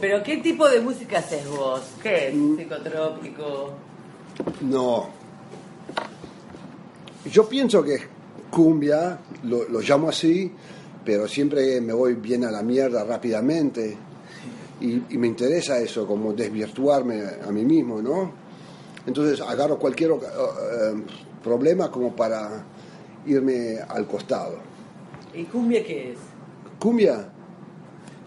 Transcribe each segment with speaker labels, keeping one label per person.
Speaker 1: ¿Pero qué tipo de música haces vos? ¿Qué? Psicotrópico.
Speaker 2: No. Yo pienso que es cumbia, lo, lo llamo así, pero siempre me voy bien a la mierda rápidamente. Y, y me interesa eso, como desvirtuarme a mí mismo, ¿no? Entonces agarro cualquier oca- eh, problema como para irme al costado.
Speaker 1: ¿Y cumbia qué es?
Speaker 2: Cumbia,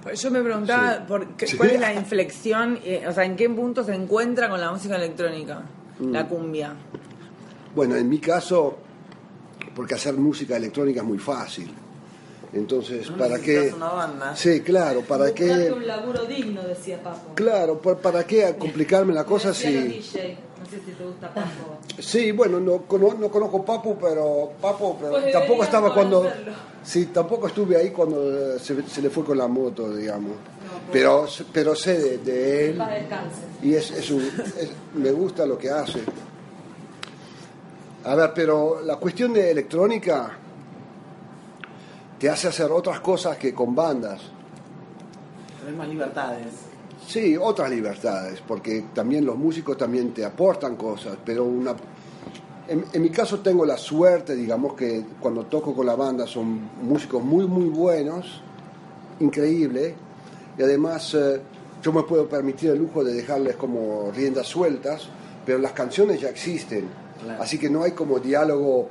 Speaker 3: Pues Yo me preguntaba por qué-
Speaker 2: Sí.
Speaker 3: cuál es la inflexión, eh, o sea, en qué punto se encuentra con la música electrónica,
Speaker 2: Mm.
Speaker 3: la cumbia.
Speaker 2: Pues Bueno, en mi caso, porque hacer música electrónica es muy fácil. Entonces,
Speaker 1: No
Speaker 2: ¿para qué?
Speaker 1: necesitas una banda.
Speaker 2: Sí, claro, ¿para
Speaker 4: Buscarte
Speaker 2: qué?
Speaker 4: un laburo digno, decía Papo.
Speaker 2: Claro, pa- ¿para qué complicarme la cosa Ah.
Speaker 4: Decía los
Speaker 2: si...
Speaker 4: DJ. No sé si te gusta Papo.
Speaker 2: Sí, bueno, no, cono- no conozco Papu, pero Papu pero
Speaker 4: Pues
Speaker 2: tampoco
Speaker 4: deberías
Speaker 2: estaba cuando...
Speaker 4: conocerlo.
Speaker 2: Sí, tampoco estuve ahí cuando eh, se, se le fue con la moto, digamos. Pero, pero sé de, de él
Speaker 4: Para descanses.
Speaker 2: y es, es un, es- me gusta lo que hace. A ver, pero la cuestión de electrónica te hace hacer otras cosas que con bandas.
Speaker 1: Tenés más libertades.
Speaker 2: Sí, otras libertades, porque también los músicos también te aportan cosas, pero una... En, en mi caso tengo la suerte, digamos, que cuando toco con la banda son músicos muy, muy buenos, increíble, y además eh, yo me puedo permitir el lujo de dejarles como riendas sueltas, pero las canciones ya existen,
Speaker 1: Claro.
Speaker 2: así que no hay como diálogo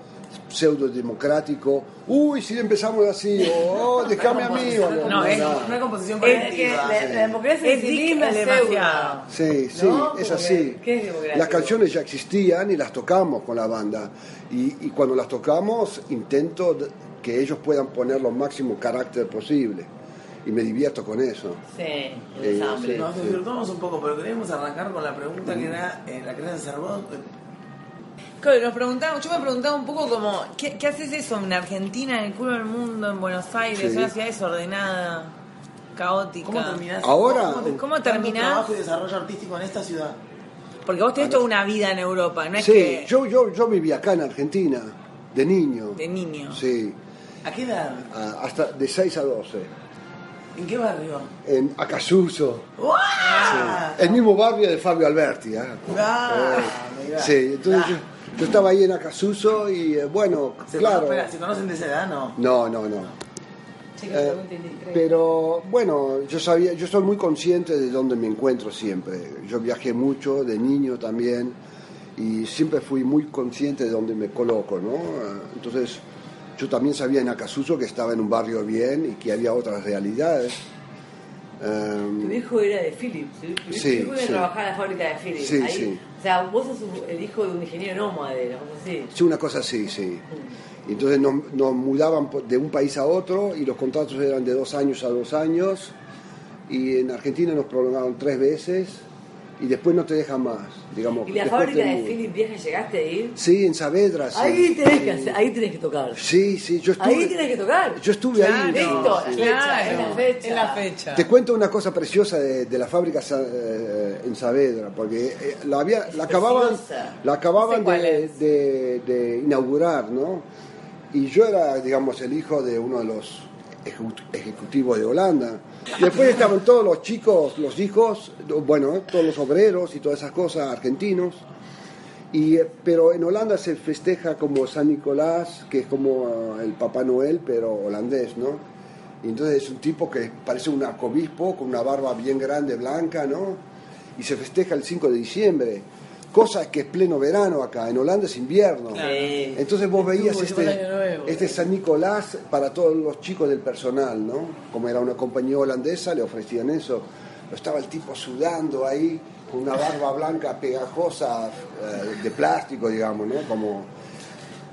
Speaker 2: pseudo democrático, uy, si empezamos así, o "Oh, déjame a mí, o
Speaker 3: No, es-
Speaker 2: nada.
Speaker 3: no hay composición
Speaker 1: Es que
Speaker 3: colectiva.
Speaker 1: la, la democracia en
Speaker 3: Es
Speaker 1: sí
Speaker 3: dic-
Speaker 1: misma es
Speaker 3: demasiado.
Speaker 1: demasiado.
Speaker 2: Sí, sí,
Speaker 1: ¿No?
Speaker 2: es
Speaker 1: Porque,
Speaker 2: así.
Speaker 1: ¿qué es democrático?
Speaker 2: las canciones ya existían y las tocamos con la banda. Y, y cuando las tocamos, intento de- que ellos puedan poner lo máximo carácter posible. Y me divierto con eso.
Speaker 1: Sí, el
Speaker 2: Eh,
Speaker 1: ensamble.
Speaker 2: sí.
Speaker 5: Nos desvirtuamos un poco, pero queríamos arrancar con la pregunta que era eh, la que era de Cervón.
Speaker 3: Claro, nos preguntaba- yo me preguntaba un poco como, ¿qué, qué haces eso en Argentina, en el culo del mundo, en Buenos Aires,
Speaker 2: Sí.
Speaker 3: una ciudad desordenada, caótica?
Speaker 5: ¿Cómo terminás?
Speaker 2: Ahora-
Speaker 5: ¿Cómo, te-
Speaker 3: ¿Cómo
Speaker 5: tanto
Speaker 3: terminás?
Speaker 5: trabajo y desarrollo artístico en esta ciudad?
Speaker 3: Porque vos tenés toda una vida en Europa, no es
Speaker 2: sí,
Speaker 3: que
Speaker 2: yo, yo, yo viví acá en Argentina, de niño.
Speaker 3: de niño.
Speaker 2: Sí,
Speaker 5: ¿A qué edad?
Speaker 2: a- hasta de 6 a 12.
Speaker 5: ¿En qué barrio?
Speaker 2: En Acasuso,
Speaker 5: ¡Uah!
Speaker 2: el mismo barrio de Fabio Alberti. ¿ah? Eh,
Speaker 5: Ah, mirá.
Speaker 2: Sí, entonces yo,
Speaker 5: Ah,
Speaker 2: yo estaba ahí en Acasuso y eh, bueno,
Speaker 5: ¿se,
Speaker 2: claro.
Speaker 5: conocen- ¿Se conocen de esa edad? No.
Speaker 2: No, no, no.
Speaker 4: Chica,
Speaker 2: Eh,
Speaker 4: pregunta indiscreta.
Speaker 2: pero bueno, yo sabía, yo soy muy consciente de dónde me encuentro siempre. Yo viajé mucho de niño también y siempre fui muy consciente de dónde me coloco, ¿no? Eh, Entonces, yo también sabía en Acasuso que estaba en un barrio bien y que había otras realidades. Em,
Speaker 1: Tu hijo era de Philips. Tu tu
Speaker 2: Sí,
Speaker 1: hijo iba a
Speaker 2: sí.
Speaker 1: trabajar en la fábrica de Philips.
Speaker 2: Sí,
Speaker 1: Ahí-
Speaker 2: sí.
Speaker 1: O sea, vos sos un- el hijo de un ingeniero nómade, ¿no? Sí.
Speaker 2: Sí, una cosa así, sí. Entonces nos, nos mudaban po- de un país a otro y los contratos eran de dos años a dos años y en Argentina nos prolongaron tres veces y después no te dejan más, digamos.
Speaker 1: ¿Y la
Speaker 2: después
Speaker 1: fábrica
Speaker 2: te
Speaker 1: de
Speaker 2: mudan.
Speaker 1: Philips vieja llegaste a ir?
Speaker 2: Sí, en Saavedra, sí.
Speaker 1: Ahí tenés que, hacer- ahí tenés que tocar.
Speaker 2: Sí, sí, yo estuve,
Speaker 1: Ahí tenés que tocar.
Speaker 2: yo estuve ahí. sí,
Speaker 1: Listo,
Speaker 2: sí.
Speaker 1: la fecha, es la fecha.
Speaker 3: es la fecha.
Speaker 2: Te cuento una cosa preciosa de, de la fábrica Sa- eh, en Saavedra, porque eh, la, había, la acababan,
Speaker 1: preciosa.
Speaker 2: la acababan
Speaker 1: Sé cuál
Speaker 2: de,
Speaker 1: es.
Speaker 2: de- de inaugurar, ¿no? Y yo era, digamos, el hijo de uno de los ejecu- ejecutivos de Holanda. Después estaban todos los chicos, los hijos, bueno, todos los obreros y todas esas cosas argentinos. Y, eh, pero en Holanda se festeja como San Nicolás, que es como eh, el Papá Noel, pero holandés, ¿no? Y entonces es un tipo que parece un arcobispo, con una barba bien grande, blanca, ¿no? Y se festeja el 5 de diciembre, cosa que es pleno verano acá, en Holanda es invierno.
Speaker 1: Sí.
Speaker 2: Entonces vos veías
Speaker 1: Estuvo, llegó el
Speaker 2: este,
Speaker 1: año nuevo.
Speaker 2: este San Nicolás para todos los chicos del personal, ¿no? Como era una compañía holandesa, le ofrecían eso. Pero Estaba el tipo sudando ahí, con una barba blanca pegajosa, eh, de plástico, digamos, ¿no? Como...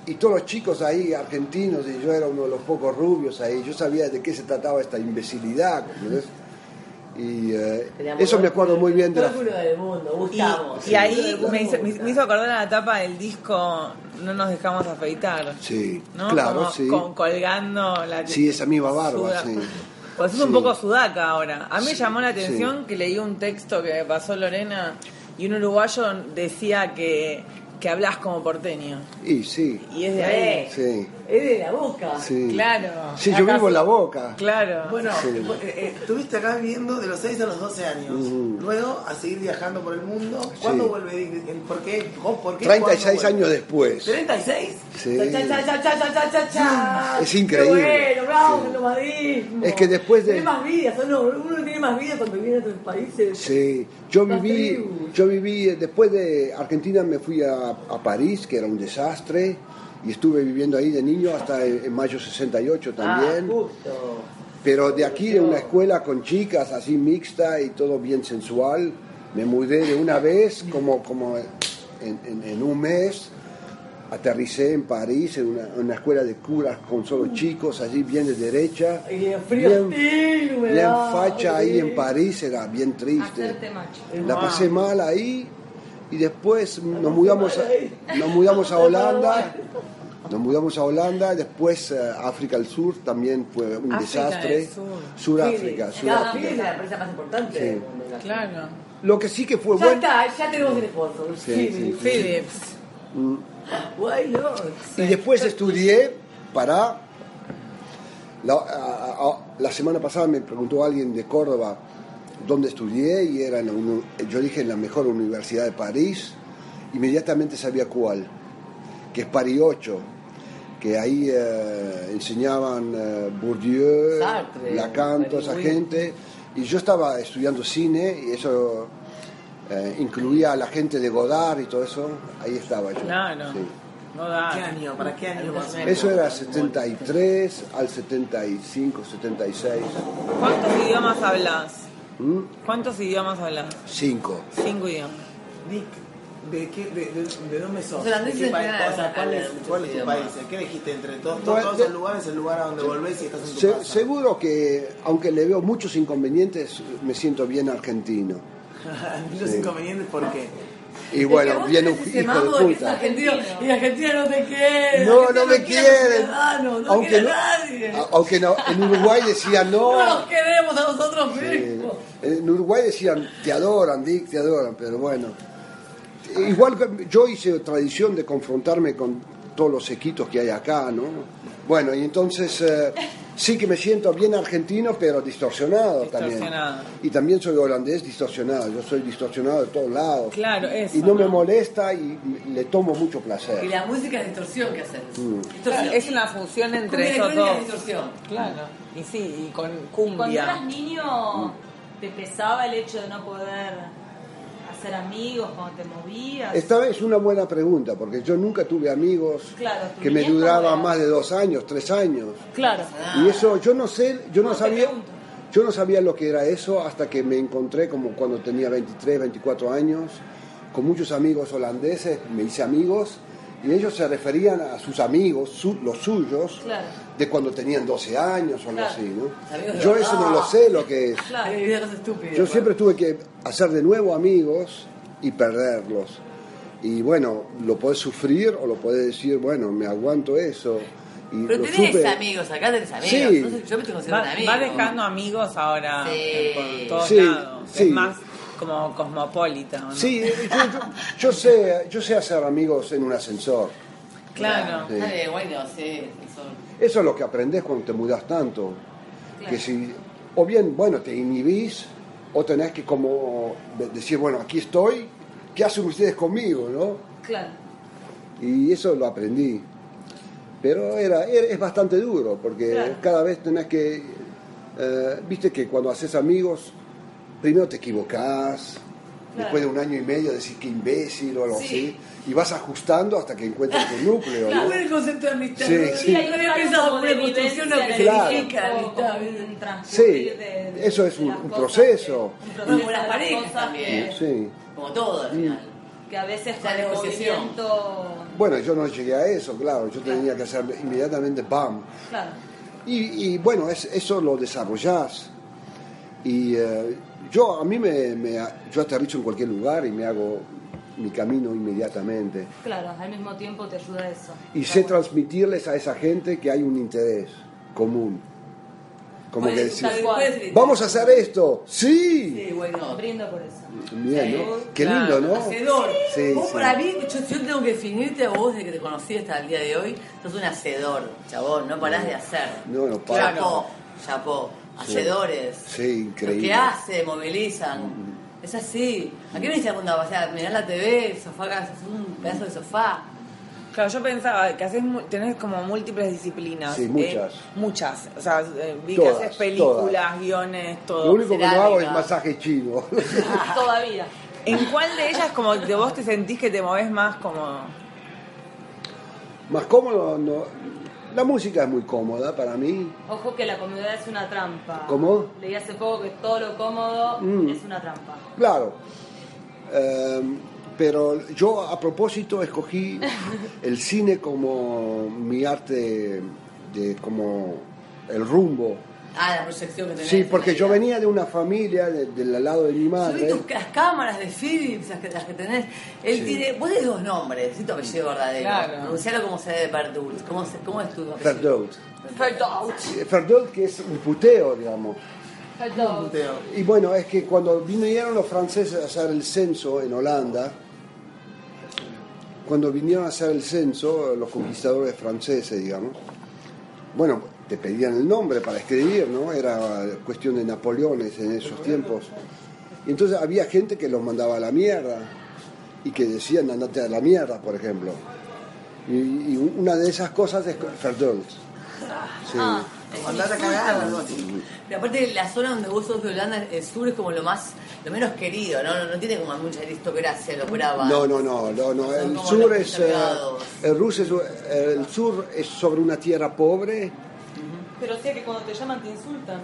Speaker 2: Y todos los chicos ahí, argentinos, y yo era uno de los pocos rubios ahí, yo sabía de qué se trataba esta imbecilidad, ¿comprendés? Y eh,
Speaker 1: Teníamos
Speaker 2: eso me acuerdo muy bien de la,
Speaker 1: Círculo del mundo,
Speaker 3: Y,
Speaker 1: Gustavo.
Speaker 3: y ahí me hizo, me- me hizo acordar a la tapa del disco No nos dejamos afeitar.
Speaker 2: Sí,
Speaker 3: ¿no?
Speaker 2: claro,
Speaker 3: Como
Speaker 2: sí.
Speaker 3: con- colgando la
Speaker 2: Sí, esa misma barba,
Speaker 3: Suda-
Speaker 2: sí.
Speaker 3: Pues es un
Speaker 2: Sí.
Speaker 3: poco sudaca ahora. A mí me
Speaker 2: Sí,
Speaker 3: llamó la atención
Speaker 2: sí.
Speaker 3: que leí un texto que pasó Lorena y un uruguayo decía que, que hablas como porteño.
Speaker 2: Y sí,
Speaker 3: Y es de ahí.
Speaker 2: sí,
Speaker 1: Es de la boca.
Speaker 2: sí.
Speaker 3: Claro.
Speaker 2: Sí, yo vivo en la boca.
Speaker 3: Claro.
Speaker 5: Bueno,
Speaker 2: Sí.
Speaker 5: eh, eh, estuviste acá viviendo de los 6 a los 12 años. Luego a seguir viajando por el mundo. ¿Cuándo
Speaker 2: Sí.
Speaker 5: vuelve Dick? ¿El ¿Por qué? ¿Cómo- ¿Por qué? ¿Cuándo
Speaker 2: 36
Speaker 5: vuelve?
Speaker 2: años después.
Speaker 5: ¿36?
Speaker 2: Sí.
Speaker 1: Cha, cha, cha, cha, cha, cha, cha, cha.
Speaker 2: Es increíble.
Speaker 1: Qué bueno, bravo,
Speaker 2: Sí.
Speaker 1: el nomadismo.
Speaker 2: Es que después de-
Speaker 1: Tiene más vida, son los- uno tiene más vida cuando viene a otros países.
Speaker 2: Sí, yo
Speaker 1: Las
Speaker 2: viví,
Speaker 1: tribus.
Speaker 2: yo viví, eh, después de Argentina me fui a, a París, que era un desastre, y estuve viviendo ahí de niño hasta eh, en, en mayo 68 también.
Speaker 1: Ah, justo.
Speaker 2: Pero de aquí, de
Speaker 1: Pero-
Speaker 2: una escuela con chicas así mixta y todo bien sensual, me mudé de una vez, como, como en, en- en un mes, aterricé en París, en una, una escuela de curas con solo chicos, allí bien de derecha,
Speaker 1: Mm. Y el frío
Speaker 2: Bien-
Speaker 1: hostil,
Speaker 2: bien
Speaker 1: ¿verdad?
Speaker 2: facha ahí en
Speaker 1: Sí.
Speaker 2: París, era bien
Speaker 4: Hacerte
Speaker 2: triste.
Speaker 4: macho.
Speaker 2: La pasé mal ahí y después nos
Speaker 1: pasé
Speaker 2: mudamos,
Speaker 1: mal ahí.
Speaker 2: a, nos mudamos a
Speaker 1: La pasé
Speaker 2: Holanda.
Speaker 1: mal.
Speaker 2: Nos mudamos a Holanda, después eh, África del Sur también fue un
Speaker 3: África
Speaker 2: desastre.
Speaker 3: del Sur.
Speaker 2: Suráfrica,
Speaker 1: Sí, la-
Speaker 2: Suráfrica.
Speaker 1: sí, es la empresa más importante
Speaker 2: Sí.
Speaker 1: del mundo. la-
Speaker 3: Claro.
Speaker 2: Lo que sí que fue
Speaker 1: Ya
Speaker 2: bueno.
Speaker 1: está, ya tenemos el sponsor.
Speaker 2: Sí,
Speaker 1: Sí,
Speaker 2: sí, sí.
Speaker 3: Philips.
Speaker 1: Why not?
Speaker 2: Y después estudié para. La, a- a- a- la semana pasada me preguntó alguien de Córdoba dónde estudié y era en la uni- yo dije en la mejor universidad de París. Inmediatamente sabía cuál, que es París 8, que ahí eh, enseñaban eh, Bourdieu,
Speaker 1: Sartre,
Speaker 2: Lacan, toda esa
Speaker 1: Paris,
Speaker 2: gente. Y yo estaba estudiando cine y eso eh, incluía a la gente de Godard y todo eso. Ahí estaba yo.
Speaker 3: Claro.
Speaker 2: Sí.
Speaker 3: No
Speaker 5: ¿Qué
Speaker 3: da.
Speaker 5: año? ¿Para qué año más o menos?
Speaker 2: Eso era 73 al 75, 76.
Speaker 3: ¿Cuántos idiomas hablas?
Speaker 2: ¿Mm?
Speaker 3: ¿Cuántos idiomas hablas?
Speaker 2: Cinco.
Speaker 3: Cinco idiomas.
Speaker 5: Nick, ¿de, qué, de, de- de dónde sos?
Speaker 1: Los holandeses
Speaker 5: ¿De qué país?
Speaker 1: hablan-
Speaker 5: O sea, ¿cuál es,
Speaker 1: hablan
Speaker 5: cuál es tu
Speaker 1: muchos
Speaker 5: país? ¿Qué elegiste entre todos,
Speaker 2: Bueno,
Speaker 5: todos, todos
Speaker 2: de-
Speaker 5: esos lugares? El lugar a donde volvés y estás en tu
Speaker 2: eh, Se-
Speaker 5: casa.
Speaker 2: seguro que, aunque le veo muchos inconvenientes, me siento bien argentino.
Speaker 5: Los
Speaker 2: Sí.
Speaker 5: inconvenientes, ¿por qué?
Speaker 2: Y
Speaker 1: Es que
Speaker 2: bueno,
Speaker 1: vos
Speaker 2: bien un
Speaker 1: tenés
Speaker 2: hijo
Speaker 1: ese
Speaker 2: de
Speaker 1: mambo que es
Speaker 2: puta.
Speaker 1: argentino, y Argentina no te quiere.
Speaker 2: No,
Speaker 1: Argentina
Speaker 2: no me
Speaker 1: quiere a los
Speaker 2: quieren.
Speaker 1: ciudadanos, No
Speaker 2: Aunque
Speaker 1: quiere
Speaker 2: no,
Speaker 1: a nadie.
Speaker 2: a- aunque no, en Uruguay decían
Speaker 1: No nos
Speaker 2: no.
Speaker 1: queremos a nosotros
Speaker 2: Eh,
Speaker 1: mismos.
Speaker 2: En Uruguay decían te adoran, Dick, te adoran, pero bueno. Igual que yo hice tradición de confrontarme con todos los sequitos que hay acá, ¿no? Bueno, y entonces eh, sí que me siento bien argentino, pero distorsionado,
Speaker 3: Distorsionado.
Speaker 2: también. Y también soy holandés distorsionado, yo soy distorsionado de todos lados.
Speaker 3: Claro, eso.
Speaker 2: y no, me molesta y le tomo mucho placer.
Speaker 1: Y la música es distorsión que haces.
Speaker 2: Mm.
Speaker 1: Distorsión.
Speaker 3: Es una fusión entre
Speaker 1: Cumbia
Speaker 3: esos
Speaker 1: electrónica es
Speaker 3: dos.
Speaker 1: distorsión.
Speaker 3: Claro. Y sí, y con
Speaker 4: Cuando eras
Speaker 3: cumbia.
Speaker 4: niño, ¿te pesaba el hecho de no poder hacer amigos cuando te movías?
Speaker 2: Esta es una buena pregunta, porque yo nunca tuve amigos
Speaker 4: Claro, tu
Speaker 2: que me
Speaker 4: niñez no
Speaker 2: duraban
Speaker 4: era-
Speaker 2: más de dos años, tres años.
Speaker 4: Claro.
Speaker 2: Y eso yo no sé, yo no,
Speaker 4: No, te
Speaker 2: sabía,
Speaker 4: pregunto.
Speaker 2: yo no sabía lo que era eso hasta que me encontré como cuando tenía 23, 24 años con muchos amigos holandeses, me hice amigos y ellos se referían a sus amigos, su- los suyos,
Speaker 4: Claro.
Speaker 2: de cuando tenían 12 años o algo
Speaker 4: Claro.
Speaker 2: así, ¿no?
Speaker 1: Amigos de
Speaker 2: Yo eso no
Speaker 1: verdad.
Speaker 2: lo sé lo que es.
Speaker 4: Claro.
Speaker 1: Hay Eh, videos estúpidos.
Speaker 2: Yo siempre tuve que hacer de nuevo amigos y perderlos. Y bueno, lo podés sufrir o lo podés decir, bueno, me aguanto eso. Y
Speaker 1: Pero
Speaker 2: lo
Speaker 1: tenés
Speaker 2: supe.
Speaker 1: amigos, acá tenés amigos.
Speaker 2: Sí.
Speaker 1: No sé, yo me te considero
Speaker 3: Va,
Speaker 1: un amigo.
Speaker 3: va dejando amigos ahora
Speaker 1: Sí.
Speaker 3: eh, por todos
Speaker 2: Sí,
Speaker 3: lados.
Speaker 2: sí.
Speaker 3: Es más como cosmopolita. ¿o no?
Speaker 2: Sí, yo, yo- yo sé, yo sé hacer amigos en un ascensor.
Speaker 3: Claro.
Speaker 1: Sí. Está bien, bueno, sí. son-
Speaker 2: Eso es lo que aprendes cuando te mudas tanto. Que si, o bien, bueno, te inhibís, o tenés que como de- decir, bueno, aquí estoy, ¿qué hacen ustedes conmigo, no?
Speaker 4: Claro.
Speaker 2: Y eso lo aprendí. Pero era, era- es bastante duro, porque
Speaker 4: Claro.
Speaker 2: cada vez tenés que. eh, Viste que cuando haces amigos, primero te equivocás, después de un año y medio decís que imbécil o algo
Speaker 4: Sí.
Speaker 2: así, y vas ajustando hasta que encuentras tu núcleo.
Speaker 1: Qué
Speaker 2: ¿no?
Speaker 1: buen concepto de amistad.
Speaker 2: Sí,
Speaker 1: ¿no?
Speaker 2: sí.
Speaker 4: Sí,
Speaker 1: Yo había pensado por la construcción lo que se
Speaker 2: Claro.
Speaker 1: significa amistad.
Speaker 2: Sí, eso es un- un proceso.
Speaker 1: Como las parejas también.
Speaker 2: Sí.
Speaker 1: Como todo
Speaker 2: Mm.
Speaker 1: al final.
Speaker 4: Que a veces
Speaker 1: Esa
Speaker 4: con el
Speaker 1: negociación.
Speaker 4: movimiento...
Speaker 2: Bueno, yo no llegué a eso, claro, yo tenía que hacer inmediatamente ¡bam!
Speaker 4: Claro.
Speaker 2: Y, y, bueno, es- eso lo desarrollás. Y eh, yo, a mí me, me- yo aterrizo en cualquier lugar y me hago mi camino inmediatamente.
Speaker 4: Claro, al mismo tiempo te ayuda eso.
Speaker 2: Y
Speaker 4: Está
Speaker 2: sé
Speaker 4: bueno.
Speaker 2: transmitirles a esa gente que hay un interés común. Como que
Speaker 1: Bueno,
Speaker 2: decir,
Speaker 1: tal cual.
Speaker 2: vamos a hacer esto, sí.
Speaker 1: Sí, bueno.
Speaker 4: Brindo por eso.
Speaker 2: Bien, ¿no? Qué
Speaker 1: Claro,
Speaker 2: lindo, ¿no?
Speaker 1: Hacedor.
Speaker 2: Sí,
Speaker 1: vos
Speaker 2: sí.
Speaker 1: para mí, yo, yo tengo que definirte a vos desde que te conocí hasta el día de hoy, sos un hacedor, chabón, no parás de hacer.
Speaker 2: No, no paro.
Speaker 1: Chapó, chapó, hacedores.
Speaker 2: Sí, increíble. Mm,
Speaker 1: Los que hace, movilizan. Es así. ¿A qué viniste a Punta Pasada? Mirás la TV, sofá, haces un pedazo de sofá.
Speaker 3: Claro, yo pensaba que haces, mu- tenés como múltiples disciplinas.
Speaker 2: Sí,
Speaker 3: eh,
Speaker 2: muchas.
Speaker 3: muchas. O sea, eh, vi
Speaker 2: Todas,
Speaker 3: que haces películas,
Speaker 2: todas.
Speaker 3: guiones,
Speaker 2: Lo
Speaker 3: todo.
Speaker 2: único que no hago es
Speaker 1: cerámica.
Speaker 2: masaje chino.
Speaker 4: Todavía.
Speaker 3: ¿En cuál de ellas como de vos te sentís que te movés más como...
Speaker 2: Más cómodo, no. La música es muy cómoda para mí.
Speaker 4: Ojo que la comodidad es una trampa.
Speaker 2: ¿Cómo?
Speaker 4: Leí hace poco que todo lo cómodo
Speaker 2: Mm.
Speaker 4: es una trampa.
Speaker 2: Claro. Em, pero yo a propósito escogí el cine como mi arte, de, como el rumbo.
Speaker 1: Ah, la proyección que tenés.
Speaker 2: Sí, porque yo
Speaker 1: María.
Speaker 2: venía de una familia de- del lado de mi
Speaker 1: Yo vi
Speaker 2: madre.
Speaker 1: tus ca- las cámaras de Philips, las que, las que tenés. Él
Speaker 2: Sí.
Speaker 1: tiene. Vos tenés dos nombres, si tu apellido verdadero.
Speaker 3: Claro.
Speaker 1: Pronuncialo como se debe Verdult. ¿Cómo, se- ¿Cómo es tu apellido?
Speaker 2: Ferdout.
Speaker 1: Verdult.
Speaker 2: Ferdout que es un puteo, digamos.
Speaker 4: Perdón.
Speaker 5: Puteo.
Speaker 2: Y bueno, es que cuando vinieron los franceses a hacer el censo en Holanda, cuando vinieron a hacer el censo, los conquistadores franceses, digamos, bueno, te pedían el nombre para escribir, ¿no? Era cuestión de Napoleones en esos tiempos. Y entonces había gente que los mandaba a la mierda y que decían andate a la mierda, por ejemplo. Y, y una de esas cosas es Ferdold. Sí.
Speaker 5: Como andate a cagar, algo así.
Speaker 1: Pero aparte, la zona donde vos sos de Holanda, el sur es como lo más, lo menos querido, ¿no? No, no tiene como mucha aristocracia, lo brava.
Speaker 2: No, no, no, no, no.
Speaker 1: Son
Speaker 2: El
Speaker 1: como
Speaker 2: sur
Speaker 1: los
Speaker 2: es, eh,
Speaker 1: encargados.
Speaker 2: el, ruso es- eh, el sur es sobre una tierra pobre.
Speaker 4: Pero o sea que cuando te llaman te insultan.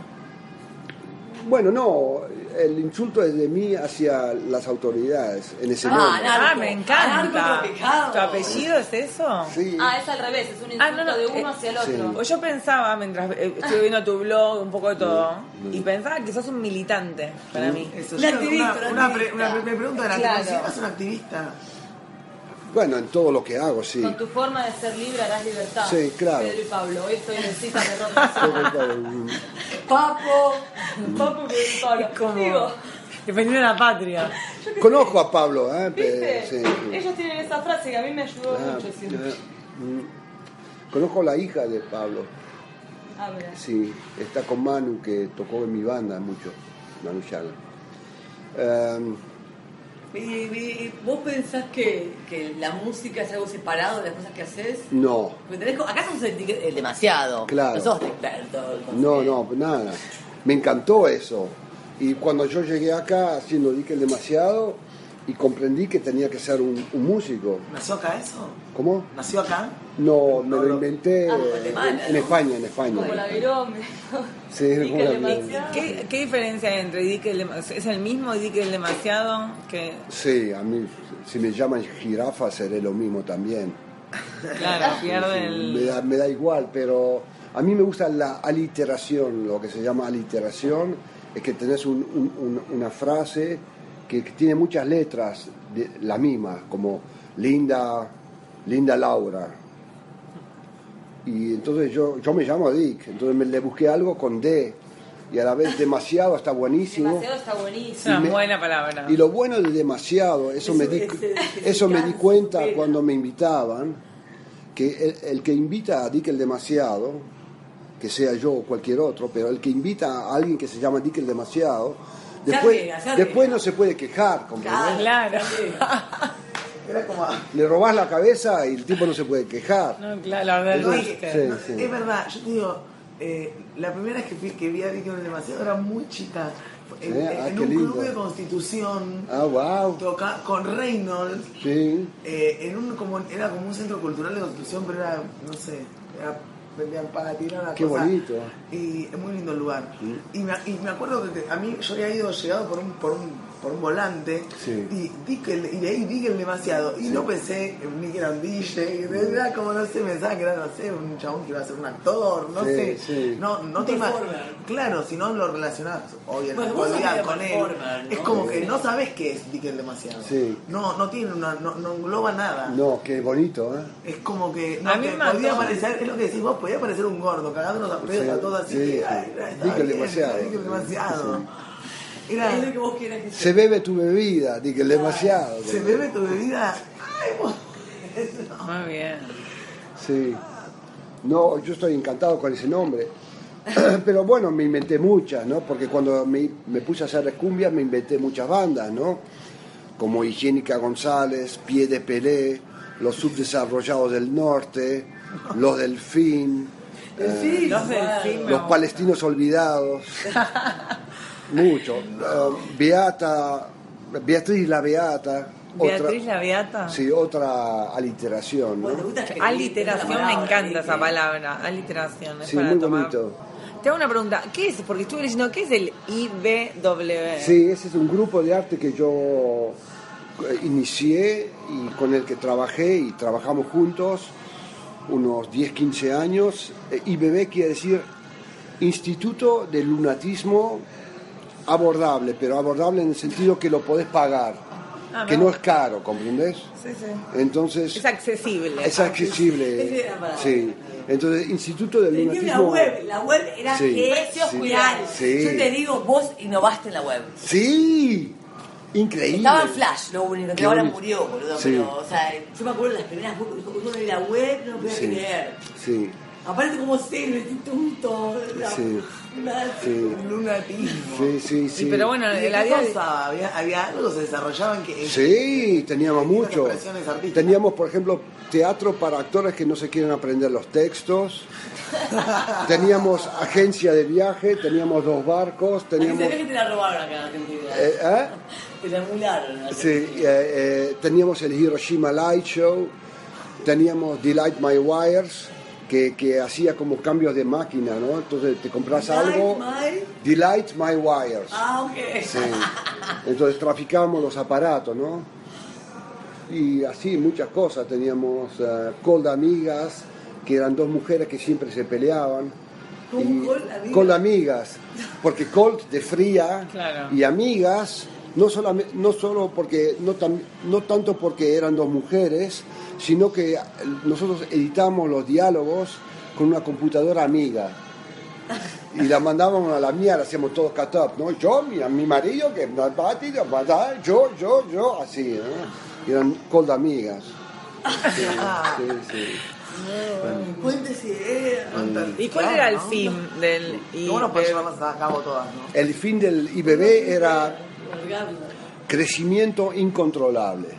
Speaker 2: Bueno, no, el insulto es de mí hacia las autoridades en ese
Speaker 1: Ah,
Speaker 2: momento.
Speaker 1: Narco.
Speaker 3: Ah, me encanta.
Speaker 1: Narco tropicado.
Speaker 3: ¿Tu apellido es eso?
Speaker 2: Sí,
Speaker 4: Ah, es al revés, es un insulto
Speaker 3: Ah, no, no,
Speaker 4: de uno
Speaker 3: eh,
Speaker 4: hacia el otro.
Speaker 3: O yo pensaba, mientras eh, estuve viendo tu blog, un poco de todo, y pensaba que sos un militante para mí.
Speaker 5: Eso,
Speaker 1: La
Speaker 5: yo-
Speaker 1: activista,
Speaker 5: una,
Speaker 1: la
Speaker 5: una pre-
Speaker 1: activista.
Speaker 5: una pre- me preguntan, ¿te
Speaker 3: Claro.
Speaker 5: consideras un activista?
Speaker 2: Bueno, en todo lo que hago, sí.
Speaker 4: Con tu forma de ser libre harás libertad.
Speaker 2: Sí, claro.
Speaker 4: Pedro y Pablo, hoy estoy en citas de
Speaker 2: Todo
Speaker 4: rock.
Speaker 2: lo que hago.
Speaker 4: Papo, Papo y Pedro y Pablo.
Speaker 3: Como
Speaker 4: Digo,
Speaker 3: dependiendo de la patria.
Speaker 2: Conozco a Pablo, ¿eh?
Speaker 4: ¿viste?
Speaker 2: Pe- sí, sí.
Speaker 4: Ellos tienen esa frase que a mí me ayudó
Speaker 2: Ah,
Speaker 4: mucho siempre.
Speaker 2: eh, mm. Conozco a la hija de Pablo, eh.
Speaker 4: Ah, mira.
Speaker 2: sí, está con Manu que tocó en mi banda mucho, Manu Chala. Em,
Speaker 1: Y- y- ¿Vos pensás que, que la música es algo separado de las cosas que haces?
Speaker 2: no,
Speaker 1: Porque tenés, co- acá sos eti- eh, demasiado.
Speaker 2: Claro.
Speaker 1: No sos experto.
Speaker 2: No, no, nada. Me encantó eso. Y cuando yo llegué acá haciendo Dickel demasiado y comprendí que tenía que ser un, un músico.
Speaker 5: ¿Nació acá eso?
Speaker 2: ¿Cómo?
Speaker 5: ¿Nació acá?
Speaker 2: No, me
Speaker 5: No,
Speaker 2: lo
Speaker 5: no.
Speaker 2: inventé
Speaker 1: Ah,
Speaker 2: eh,
Speaker 1: Guatemala,
Speaker 2: en
Speaker 1: ¿no?
Speaker 2: España, en España.
Speaker 4: Como la viró, me dijo.
Speaker 2: Sí,
Speaker 4: Y que
Speaker 2: como la viró.
Speaker 4: demasiado.
Speaker 3: ¿Qué, qué diferencia hay entre Dick el Dema- ¿Es el mismo Dick el demasiado que.?
Speaker 2: Sí, a mí, si me llaman jirafa seré lo mismo también.
Speaker 3: Claro, pierde
Speaker 2: Me,
Speaker 3: el.
Speaker 2: da, me da igual, pero a mí me gusta la aliteración, lo que se llama aliteración, es que tenés un- un- un- una frase que, que tiene muchas letras, de, las mismas, como Linda, Linda Laura. Y entonces yo, yo me llamo Dick, entonces me, le busqué algo con D, y a la vez demasiado está buenísimo.
Speaker 4: Demasiado está
Speaker 3: Es
Speaker 4: buenísimo.
Speaker 3: una
Speaker 2: me-
Speaker 3: buena palabra.
Speaker 2: Y lo bueno de demasiado, eso,
Speaker 1: Eso
Speaker 2: me, di,
Speaker 1: es el- el
Speaker 2: eso me di
Speaker 1: picante,
Speaker 2: cuenta
Speaker 1: supera.
Speaker 2: cuando me invitaban, que el, el que invita a Dick el demasiado, que sea yo o cualquier otro, pero el que invita a alguien que se llama Dick el demasiado,
Speaker 1: Se
Speaker 2: después,
Speaker 1: arriesga, se arriesga.
Speaker 2: después no se puede quejar, ¿comprendés?
Speaker 3: Claro.
Speaker 5: Era como...
Speaker 2: Le robás la cabeza y el tipo no se puede quejar.
Speaker 3: No, claro, la verdad,
Speaker 5: No,
Speaker 3: el
Speaker 5: es,
Speaker 3: Dick.
Speaker 2: Sí,
Speaker 5: no,
Speaker 2: sí.
Speaker 5: es verdad, yo te digo, eh, la primera vez que, fui- que vi a Vicky en el demasiado era muy chica. En,
Speaker 2: Sí, ah,
Speaker 5: en
Speaker 2: qué
Speaker 5: un
Speaker 2: lindo.
Speaker 5: club de constitución,
Speaker 2: Ah, wow.
Speaker 5: toca, con Reynolds,
Speaker 2: Sí.
Speaker 5: eh, en un, como, era como un centro cultural de constitución, pero era, no sé, era vendían patina, una
Speaker 2: Qué
Speaker 5: cosa.
Speaker 2: bonito.
Speaker 5: Y es muy lindo el lugar. Y, me, y me acuerdo que a mí yo había ido llegado por un, por un, por un volante
Speaker 2: Sí.
Speaker 5: y, di que el- y leí Digel demasiado. Y no pensé en- ni que era un DJ, era como no sé, pensaba que era, no sé, un chabón que iba a ser un actor, no
Speaker 2: Sí,
Speaker 5: sé.
Speaker 2: sí.
Speaker 5: No, no
Speaker 1: Un
Speaker 5: te ima-
Speaker 1: performer.
Speaker 5: Claro, si no lo relacionás, obviamente,
Speaker 1: Bueno, vos sos
Speaker 5: olvidás
Speaker 1: medio
Speaker 5: con él.
Speaker 1: performer, ¿no?
Speaker 5: Es como que
Speaker 1: Sí.
Speaker 5: no sabes qué es Dickel demasiado.
Speaker 2: Sí.
Speaker 5: No, no tiene una, no, no engloba nada.
Speaker 2: No, qué bonito, ¿eh?
Speaker 5: Es como que no,
Speaker 3: A mí
Speaker 5: que
Speaker 3: me mató.
Speaker 5: podía parecer, es lo que decís vos, podía parecer un gordo, cagándonos a pedos
Speaker 2: Sí,
Speaker 5: a todos así.
Speaker 2: sí, sí.
Speaker 5: ay, era-
Speaker 2: Dickel
Speaker 5: estaba bien,
Speaker 2: demasiado.
Speaker 5: Dickel demasiado. Era,
Speaker 1: Es lo que vos quieras que sea.
Speaker 2: Se bebe tu bebida, Dickel, demasiado.
Speaker 5: se bebe tu bebida, ay, vos.
Speaker 3: Muy bien.
Speaker 2: Sí. No, yo estoy encantado con ese nombre. Pero bueno, me inventé muchas, ¿no? Porque cuando me, me puse a hacer cumbias me inventé muchas bandas, ¿no? Como Higiénica González, Pie de Pelé, Los Subdesarrollados del Norte, Los Delfín,
Speaker 1: Sí,
Speaker 3: Los
Speaker 1: igual.
Speaker 3: delfines.
Speaker 2: Los Palestinos Olvidados. Mucho. Eh, Beata, Beatriz la Beata. otra-
Speaker 3: Beatriz la Beata.
Speaker 2: Sí, otra aliteración, ¿no?
Speaker 1: Bueno, ¿te gusta
Speaker 2: Ah,
Speaker 1: escribir? Esa
Speaker 3: Aliteración, me
Speaker 1: palabra,
Speaker 3: encanta
Speaker 1: ¿viste?
Speaker 3: esa palabra. Aliteración, es
Speaker 2: Sí,
Speaker 3: para
Speaker 2: muy
Speaker 3: tomar.
Speaker 2: bonito.
Speaker 3: Te hago una pregunta. ¿Qué es? Porque estuve leyendo, ¿qué es el IBW?
Speaker 2: Sí, ese es un grupo de arte que yo eh, inicié y con el que trabajé y trabajamos juntos unos 10, 15 años. Eh, IBB quiere decir Instituto de Lunatismo Abordable, pero abordable en el sentido que lo podés pagar,
Speaker 3: Ah,
Speaker 2: que
Speaker 3: no.
Speaker 2: no es caro, ¿comprendés?
Speaker 3: Sí, sí.
Speaker 2: Entonces
Speaker 3: Es accesible.
Speaker 2: es accesible.
Speaker 1: Esa era la palabra.
Speaker 2: Sí. Entonces, Instituto del
Speaker 1: Tenía una
Speaker 2: Lunatismo.
Speaker 1: web, la web era
Speaker 2: Sí,
Speaker 1: precios
Speaker 2: sí,
Speaker 1: genial.
Speaker 2: sí.
Speaker 1: Yo te digo, vos innovaste en la web.
Speaker 2: Sí, increíble.
Speaker 1: Estaba en Flash, lo único,
Speaker 2: Qué
Speaker 1: que ahora
Speaker 2: bonito.
Speaker 1: murió, boludo.
Speaker 2: Sí.
Speaker 1: Pero, o sea, yo me acuerdo de las primeras veces que uno de la web, no podía
Speaker 2: Sí,
Speaker 1: creer.
Speaker 2: sí.
Speaker 1: Aparte como sirve, instituto, la-
Speaker 2: Sí.
Speaker 1: una-
Speaker 2: Sí.
Speaker 5: Lunatismo.
Speaker 2: Sí, sí,
Speaker 3: Sí,
Speaker 2: sí.
Speaker 3: pero bueno,
Speaker 5: ¿Y
Speaker 3: la
Speaker 5: qué
Speaker 3: idea de-
Speaker 5: pasaba? Había, había algo, se desarrollaban que.
Speaker 2: Sí, teníamos
Speaker 5: Tenías
Speaker 2: mucho.
Speaker 5: expresiones artísticas.
Speaker 2: Teníamos, por ejemplo, teatro para actores que no se quieren aprender los textos. Teníamos agencia de viaje, teníamos dos barcos,
Speaker 1: Así se
Speaker 2: teníamos...
Speaker 1: ve que te la robaron acá en Argentina.
Speaker 2: Eh, ¿eh?
Speaker 1: Te la emularon. ¿no?
Speaker 2: Sí, eh, eh, teníamos el Hiroshima Light Show, teníamos Delight My Wires, que, que hacía como cambios de máquina, ¿no? Entonces te compras
Speaker 1: Delight
Speaker 2: algo...
Speaker 1: My-
Speaker 2: Delight My Wires.
Speaker 1: Ah, ok.
Speaker 2: Sí. Entonces traficábamos los aparatos, ¿no? Y así muchas cosas. Teníamos eh, col de amigas, que eran dos mujeres que siempre se peleaban.
Speaker 1: ¿Cómo
Speaker 2: Y-
Speaker 1: col de amigas?
Speaker 2: col de amigas. Porque col de fría
Speaker 3: Claro.
Speaker 2: y amigas, no, solamente, no solo porque, no, tan- no tanto porque eran dos mujeres, sino que eh, nosotros editamos los diálogos con una computadora amiga y la mandábamos a la mía, la hacíamos todos cut up, ¿no? Yo, mi, mi marido, que me bate, me bate, yo, yo, yo, así, ¿no? Y eran col de amigas. Sí, sí, sí.
Speaker 1: Cuentes
Speaker 2: Mm.
Speaker 1: ideas.
Speaker 3: ¿Y cuál era el fin del
Speaker 5: Y bueno,
Speaker 2: pues,
Speaker 5: para
Speaker 3: IBW?
Speaker 5: llevarlas a cabo todas, ¿no?
Speaker 2: El fin del IBB era
Speaker 1: Largarla.
Speaker 2: crecimiento incontrolable.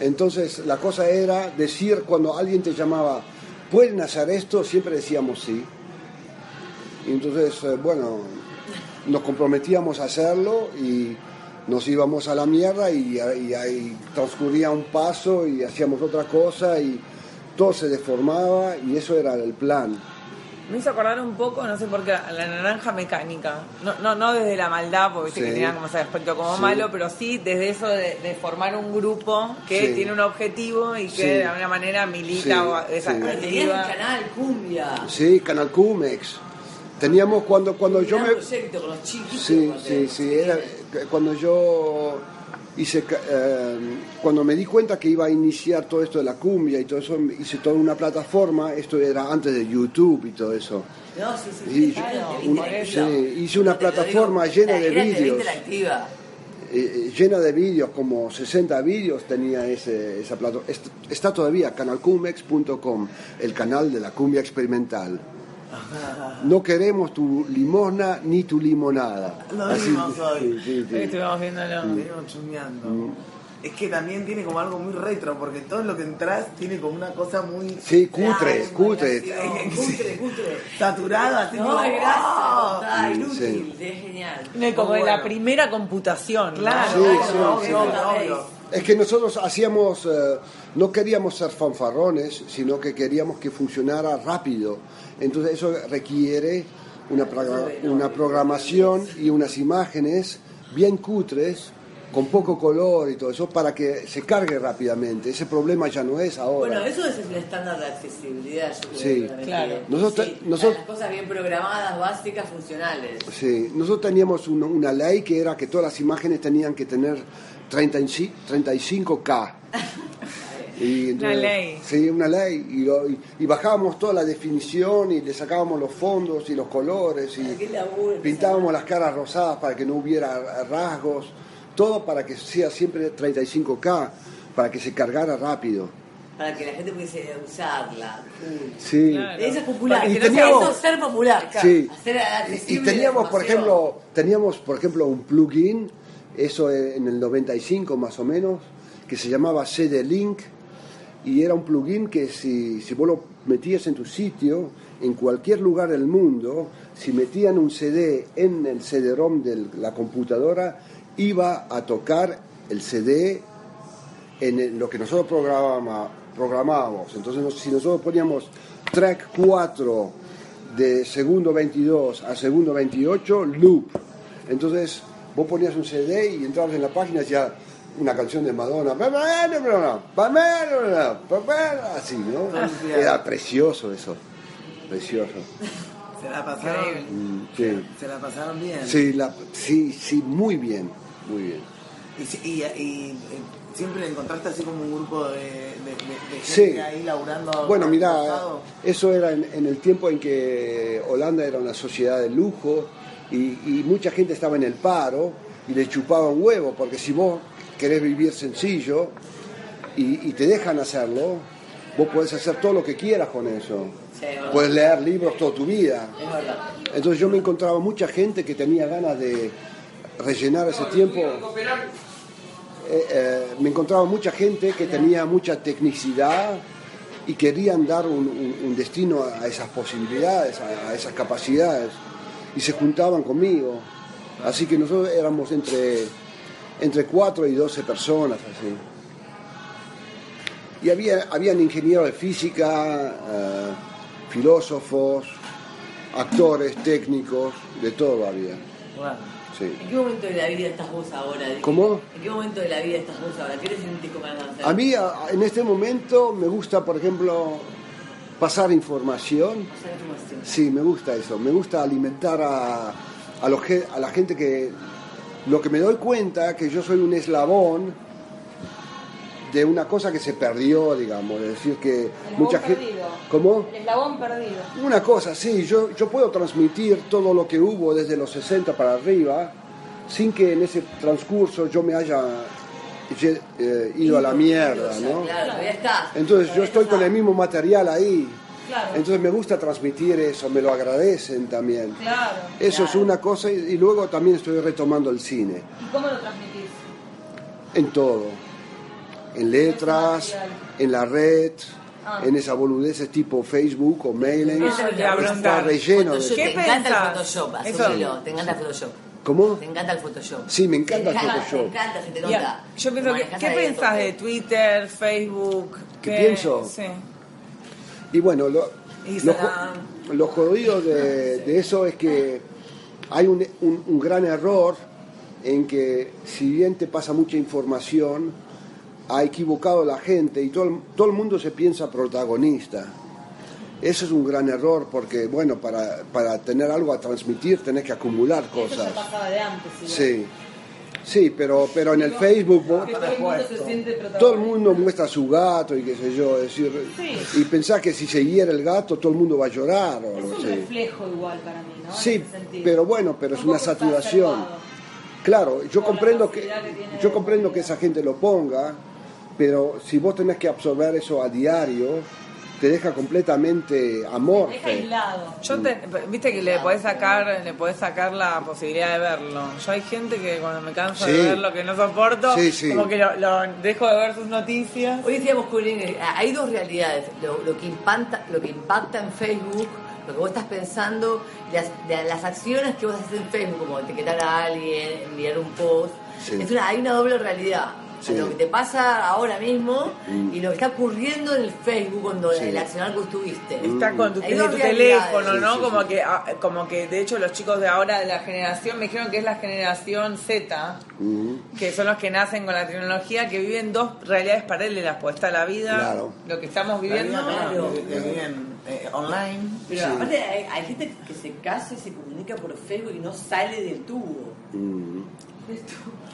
Speaker 2: Entonces la cosa era decir cuando alguien te llamaba, ¿pueden hacer esto? Siempre decíamos sí. Y entonces, eh, bueno, nos comprometíamos a hacerlo y nos íbamos a la mierda y, y ahí transcurría un paso y hacíamos otra cosa y todo se deformaba y eso era el plan.
Speaker 3: Me hizo acordar un poco, no sé por qué, a la naranja mecánica. No, no, no desde la maldad, porque viste
Speaker 2: Sí.
Speaker 3: que tenía como ese aspecto como
Speaker 2: Sí.
Speaker 3: malo, pero sí desde eso de, de formar un grupo que
Speaker 2: Sí.
Speaker 3: tiene un objetivo y que
Speaker 2: Sí.
Speaker 3: de alguna manera milita
Speaker 2: Sí,
Speaker 3: o a- esa
Speaker 2: sí.
Speaker 1: Bueno, tenías un
Speaker 3: activa.
Speaker 1: canal, cumbia.
Speaker 2: Sí, Canal Cumex. Teníamos cuando, cuando yo
Speaker 1: Un
Speaker 2: me...
Speaker 1: proyecto con los chiquitos.
Speaker 2: Sí,
Speaker 1: cuando
Speaker 2: sí,
Speaker 1: éramos
Speaker 2: sí. Era, cuando yo hice, ca- eh, cuando me di cuenta que iba a iniciar todo esto de la cumbia y todo eso, hice toda una plataforma. Esto era antes de YouTube y todo eso.
Speaker 1: No, sí, sí,
Speaker 2: Y-
Speaker 1: sí, claro,
Speaker 2: un-
Speaker 1: interesa.
Speaker 2: sí, hice una
Speaker 1: Te lo digo,
Speaker 2: plataforma llena
Speaker 1: la
Speaker 2: de
Speaker 1: gira TV
Speaker 2: vídeos.
Speaker 1: interactiva.
Speaker 2: Eh, eh, llena de vídeos, como 60 vídeos tenía ese, esa plataforma. Está todavía canalcumex.com, el canal de la cumbia experimental. No queremos tu limosna ni tu limonada.
Speaker 5: Lo vimos hoy. Este
Speaker 2: Sí, sí,
Speaker 3: Sí,
Speaker 2: sí.
Speaker 3: estuvimos viéndolo.
Speaker 5: Estuvieron chumeando. Es que también tiene como algo muy retro, porque todo lo que entras tiene como una cosa muy
Speaker 2: Sí, cutre,
Speaker 1: Claro,
Speaker 2: cutre.
Speaker 1: imaginación, Cutre, cutre.
Speaker 5: saturada, así
Speaker 1: No,
Speaker 5: como,
Speaker 1: es grasa,
Speaker 5: ¡oh!
Speaker 1: total,
Speaker 2: Sí,
Speaker 1: inútil, es genial.
Speaker 3: Como de
Speaker 5: Muy bueno.
Speaker 3: la primera computación.
Speaker 5: Claro,
Speaker 2: Sí,
Speaker 5: obvio,
Speaker 2: sí,
Speaker 5: obvio,
Speaker 2: sí.
Speaker 5: obvio, obvio.
Speaker 2: Es que nosotros hacíamos, eh, no queríamos ser fanfarrones, sino que queríamos que funcionara rápido. Entonces eso requiere una, progra- una programación y unas imágenes bien cutres, con poco color y todo eso, para que se cargue rápidamente. Ese problema ya no es ahora.
Speaker 1: Bueno, eso es el estándar de accesibilidad, yo creo.
Speaker 2: Sí.
Speaker 1: realmente.
Speaker 3: Claro.
Speaker 2: Nosotros-
Speaker 1: Sí,
Speaker 2: nosotros-
Speaker 1: Las cosas bien programadas, básicas, funcionales.
Speaker 2: Sí, nosotros teníamos un- una ley que era que todas las imágenes tenían que tener 30 en sí- 35K. Y
Speaker 3: Una ley.
Speaker 2: Sí, una ley. Y, lo- y- y bajábamos toda la definición y le sacábamos los fondos y los colores
Speaker 3: Ah,
Speaker 1: Qué
Speaker 2: y
Speaker 1: laburo.
Speaker 2: pintábamos las caras rosadas para que no hubiera rasgos. Todo para que sea siempre 35K, para que se cargara rápido.
Speaker 1: Para que la gente pudiese usarla.
Speaker 2: Sí.
Speaker 3: Claro.
Speaker 1: Eso es popular.
Speaker 2: Y
Speaker 1: que no sea
Speaker 2: teníamos-
Speaker 1: eso es ser popular. claro.
Speaker 2: Sí.
Speaker 1: Hacer
Speaker 2: Y- Y
Speaker 1: accesible
Speaker 2: teníamos,
Speaker 1: la
Speaker 2: por
Speaker 1: información.
Speaker 2: ejemplo, teníamos, por ejemplo, un plugin, eso en el 95 más o menos, que se llamaba CD Link y era un plugin que si, si vos lo metías en tu sitio, en cualquier lugar del mundo, si metían un CD en el CD-ROM de la computadora, iba a tocar el CD en el- lo que nosotros programa- programábamos. Entonces, nos- si nosotros poníamos track 4 de segundo 22 a segundo 28, loop. Entonces, vos ponías un CD y entrabas en la página y hacía una canción de Madonna. Así, ¿no? Era precioso eso. Precioso.
Speaker 5: Se la pasaron,
Speaker 2: Mm, Sí,
Speaker 5: se la pasaron bien.
Speaker 2: sí, la- sí, sí, muy bien. Muy bien.
Speaker 5: Y, si- y- y- eh, siempre encontraste así como un grupo de, de- de- de gente
Speaker 2: Sí.
Speaker 5: ahí laburando.
Speaker 2: Bueno, mira,
Speaker 5: cruzado.
Speaker 2: eso era en, en el tiempo en que Holanda era una sociedad de lujo y, y mucha gente estaba en el paro y le chupaban huevo, porque si vos querés vivir sencillo y, y te dejan hacerlo, vos podés hacer todo lo que quieras con eso.
Speaker 1: Sí, es verdad.
Speaker 2: Puedes leer libros toda tu vida.
Speaker 1: Es verdad.
Speaker 2: Entonces yo me encontraba mucha gente que tenía ganas de rellenar ese tiempo. Eh, eh, me encontraba mucha gente que tenía mucha tecnicidad y querían dar un, un- un destino a esas posibilidades, a, a esas capacidades, y se juntaban conmigo. Así que nosotros éramos entre, entre 4 y 12 personas. Así. Y había, habían ingenieros de física, eh, filósofos, actores, técnicos, de todo había.
Speaker 5: Bueno,
Speaker 2: Sí.
Speaker 1: ¿En qué momento de la vida estás vos ahora? Diego?
Speaker 2: ¿Cómo?
Speaker 1: ¿En qué momento de la vida estás vos ahora? ¿Qué te sentís con ganas de hacer?
Speaker 2: A mí a- en este momento me gusta, por ejemplo, pasar información.
Speaker 1: Hacer información.
Speaker 2: Sí, me gusta eso. Me gusta alimentar a, a, los ge- a la gente que... Lo que me doy cuenta que yo soy un eslabón de una cosa que se perdió, digamos. Es decir, que
Speaker 4: El
Speaker 2: mucha
Speaker 4: eslabón
Speaker 2: gente...
Speaker 4: perdido.
Speaker 2: ¿Cómo?
Speaker 4: El eslabón perdido.
Speaker 2: Una cosa, sí, yo, yo puedo transmitir todo lo que hubo desde los 60 para arriba sin que en ese transcurso yo me haya ye- eh, ido a la mierda, ¿no?
Speaker 1: Claro, todavía estás.
Speaker 2: Entonces yo
Speaker 1: Todavía
Speaker 2: estoy con
Speaker 1: estás.
Speaker 2: el mismo material ahí.
Speaker 4: Claro.
Speaker 2: Entonces me gusta transmitir eso, me lo agradecen también.
Speaker 4: Claro.
Speaker 2: Eso es
Speaker 1: Claro.
Speaker 2: una cosa y, y luego también estoy retomando el cine,
Speaker 4: ¿Y cómo lo transmitís?
Speaker 2: en todo, en letras, en la red,
Speaker 4: Ah.
Speaker 2: en esa boludez tipo Facebook o mailing.
Speaker 1: Eso me
Speaker 3: la
Speaker 1: quiero
Speaker 3: bronca.
Speaker 1: preguntar.
Speaker 2: Está relleno de
Speaker 1: Photoshop,
Speaker 2: eso.
Speaker 3: ¿Qué
Speaker 1: Te encanta el
Speaker 3: pensás?
Speaker 1: Photoshop,
Speaker 3: Eso.
Speaker 1: asumilo. Te encanta el Photoshop.
Speaker 2: ¿Cómo?
Speaker 1: Te encanta el Photoshop.
Speaker 2: Sí, me encanta el
Speaker 1: Te
Speaker 2: Photoshop.
Speaker 1: Te encanta, se te
Speaker 3: Y a-
Speaker 1: nota.
Speaker 3: yo pienso,
Speaker 1: Te
Speaker 3: que-
Speaker 1: manejas
Speaker 3: ¿qué
Speaker 1: ahí a
Speaker 3: pensás
Speaker 1: tope.
Speaker 3: de Twitter, Facebook?
Speaker 2: ¿Qué pienso?
Speaker 3: Sí.
Speaker 2: Y bueno, lo, lo,
Speaker 3: Instagram.
Speaker 2: jo- lo jodido de, de eso es que hay un, un- un gran error en que si bien te pasa mucha información, ha equivocado la gente y todo el, todo el mundo se piensa protagonista. Eso es un gran error porque, bueno, para, para tener algo a transmitir tenés que acumular
Speaker 4: Eso
Speaker 2: cosas.
Speaker 4: ya pasaba de antes. igual.
Speaker 2: Sí, sí, pero, pero en el Facebook vos-
Speaker 4: Que todo el mundo se siente protagonista.
Speaker 2: Todo el mundo muestra su gato y qué sé yo, es decir,
Speaker 4: Sí.
Speaker 2: y pensás que si se hiere el gato todo el mundo va a llorar o
Speaker 4: Es
Speaker 2: algo
Speaker 4: un
Speaker 2: así.
Speaker 4: reflejo igual para mí, ¿no? En
Speaker 2: Sí,
Speaker 4: ese sentido.
Speaker 2: pero bueno, pero es
Speaker 4: Un
Speaker 2: una
Speaker 4: poco está
Speaker 2: saturación.
Speaker 4: salvado.
Speaker 2: Claro, yo
Speaker 4: Por la
Speaker 2: comprendo que
Speaker 4: facilidad que tiene
Speaker 2: yo
Speaker 4: de
Speaker 2: comprendo que
Speaker 4: comunicar.
Speaker 2: esa gente lo ponga, pero si vos tenés que absorber eso a diario, te deja completamente
Speaker 4: Te Deja
Speaker 2: amorfe.
Speaker 4: aislado.
Speaker 3: Yo te- viste que le podés sacar, le podés sacar la posibilidad de verlo. Yo hay gente que cuando me canso
Speaker 2: Sí.
Speaker 3: de verlo, que no soporto,
Speaker 2: Sí, sí.
Speaker 3: como que lo, lo dejo de ver sus noticias.
Speaker 1: Hoy decíamos, Culín, eh, hay dos realidades. Lo, lo que impacta, lo que impacta en Facebook, lo que vos estás pensando, las, de- las acciones que vos haces en Facebook, como etiquetar a alguien, enviar un post.
Speaker 2: Sí.
Speaker 1: Es una, hay una doble realidad.
Speaker 2: Sí. Mm.
Speaker 1: a lo que te pasa ahora mismo y lo que está ocurriendo en el Facebook cuando
Speaker 2: Sí. Mm.
Speaker 1: el accionar que estuviste.
Speaker 3: Está con tu,
Speaker 1: Hay
Speaker 3: desde
Speaker 1: dos
Speaker 3: tu
Speaker 1: realidades.
Speaker 3: teléfono,
Speaker 1: Sí,
Speaker 3: ¿no?
Speaker 2: sí,
Speaker 3: como
Speaker 2: sí.
Speaker 3: que ah, como que de hecho los chicos de ahora de la generación me dijeron que es la generación Z,
Speaker 2: Ujú.
Speaker 3: que son los que nacen con la tecnología, que viven dos realidades paralelas, pues está la vida,
Speaker 2: Claro.
Speaker 3: lo que estamos
Speaker 2: eh.
Speaker 3: viviendo,
Speaker 5: Claro, que- que viven, eh, online.
Speaker 6: Pero aparte hay, hay gente que se casa y se comunica por Facebook y no sale del tubo.
Speaker 2: Mm.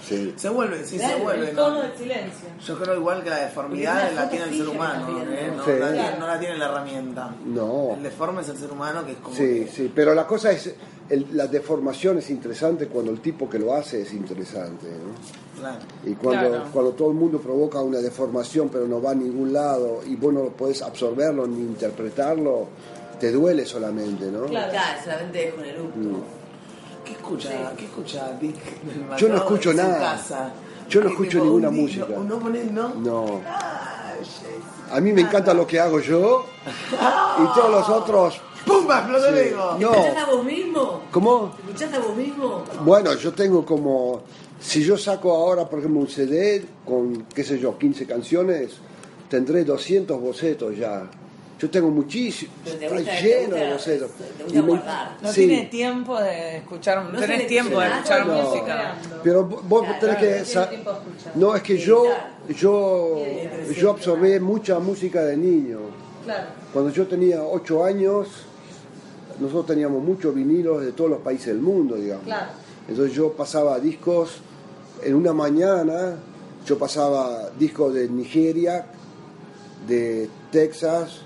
Speaker 2: Sí.
Speaker 5: Se vuelve, sí, se
Speaker 6: Claro,
Speaker 5: vuelve.
Speaker 4: El
Speaker 5: ¿no?
Speaker 4: tono del silencio.
Speaker 5: Yo creo igual que la
Speaker 6: Porque
Speaker 5: deformidad
Speaker 6: es una
Speaker 5: la tiene el ser
Speaker 6: fotofija que
Speaker 5: humano,
Speaker 6: está
Speaker 5: ¿eh?
Speaker 6: viendo.
Speaker 5: no,
Speaker 2: Sí.
Speaker 5: la tiene, no la tiene la herramienta.
Speaker 2: No.
Speaker 5: El deforme es el ser humano que es como...
Speaker 2: Sí,
Speaker 5: que-
Speaker 2: sí, pero la cosa es, el- la deformación es interesante cuando el tipo que lo hace es interesante. ¿no?
Speaker 5: claro.
Speaker 2: Y cuando,
Speaker 3: Claro.
Speaker 2: cuando todo el mundo provoca una deformación pero no va a ningún lado y vos no podés absorberlo ni interpretarlo, te duele solamente, ¿no?
Speaker 4: Claro.
Speaker 6: Claro, solamente dejo en el último.
Speaker 5: ¿Qué escucha, ¿Qué escucha Dick? del
Speaker 2: Yo no
Speaker 5: Matador
Speaker 2: escucho
Speaker 5: en su
Speaker 2: nada.
Speaker 5: casa?
Speaker 2: Yo no
Speaker 5: ¿Qué
Speaker 2: escucho
Speaker 5: tipo,
Speaker 2: ninguna
Speaker 5: un Dick,
Speaker 2: música.
Speaker 5: No, pones, no.
Speaker 2: No.
Speaker 5: Ah, yes.
Speaker 2: A mí me encanta lo que hago yo y todos los otros...
Speaker 5: ¡Pum! Explotó el ego.
Speaker 2: No.
Speaker 6: ¿Escuchás a vos mismo?
Speaker 2: ¿Cómo?
Speaker 6: ¿Te escuchás a vos mismo?
Speaker 2: Bueno, yo tengo como... Si yo saco ahora, por ejemplo, un CD con, qué sé yo, 15 canciones, tendré 200 bocetos ya. Yo tengo muchísimos,
Speaker 6: Pero te
Speaker 2: está
Speaker 6: gusta- te
Speaker 2: lleno de
Speaker 6: gusta-
Speaker 2: bocetos.
Speaker 6: te gusta
Speaker 2: Y me-
Speaker 6: guardar.
Speaker 3: no
Speaker 2: sí,
Speaker 3: tiene tiempo de escuchar, no
Speaker 6: No
Speaker 3: tenés
Speaker 6: se
Speaker 3: tiempo de escuchar
Speaker 6: selecciona.
Speaker 3: música.
Speaker 2: pero vos vos
Speaker 6: Claro,
Speaker 2: tenés
Speaker 6: no
Speaker 2: que...
Speaker 4: tiene
Speaker 2: sa-
Speaker 4: tiempo de escuchar.
Speaker 2: No, es que yo,
Speaker 6: Evitar.
Speaker 2: yo,
Speaker 6: Evitar.
Speaker 2: yo absorbé mucha música de niño.
Speaker 4: Claro.
Speaker 2: Cuando yo tenía ocho años, nosotros teníamos muchos vinilos de todos los países del mundo, digamos.
Speaker 4: Claro.
Speaker 2: Entonces yo pasaba discos, en una mañana yo pasaba discos de Nigeria, de Texas,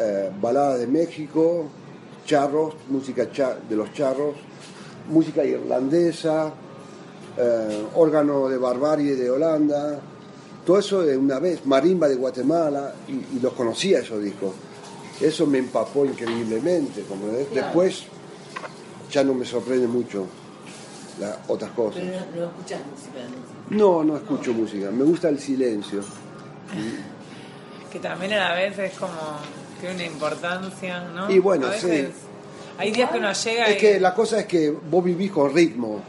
Speaker 2: eh, baladas de México, charros, música cha- de los charros, música irlandesa, eh, órgano de barbarie de Holanda, todo eso de una vez, marimba de Guatemala, y, y los conocía esos discos. Eso me empapó increíblemente. Como es. Después ya no me sorprende mucho las otras cosas.
Speaker 6: Pero no, no escuchás música. ¿no?
Speaker 2: No, no escucho música, me gusta el silencio.
Speaker 3: que también a la vez es como tiene una importancia, ¿no?
Speaker 2: Y bueno,
Speaker 3: A veces
Speaker 2: sí.
Speaker 3: Hay días que uno llega
Speaker 2: Es
Speaker 3: y
Speaker 2: que la cosa es que vos vivís con ritmo.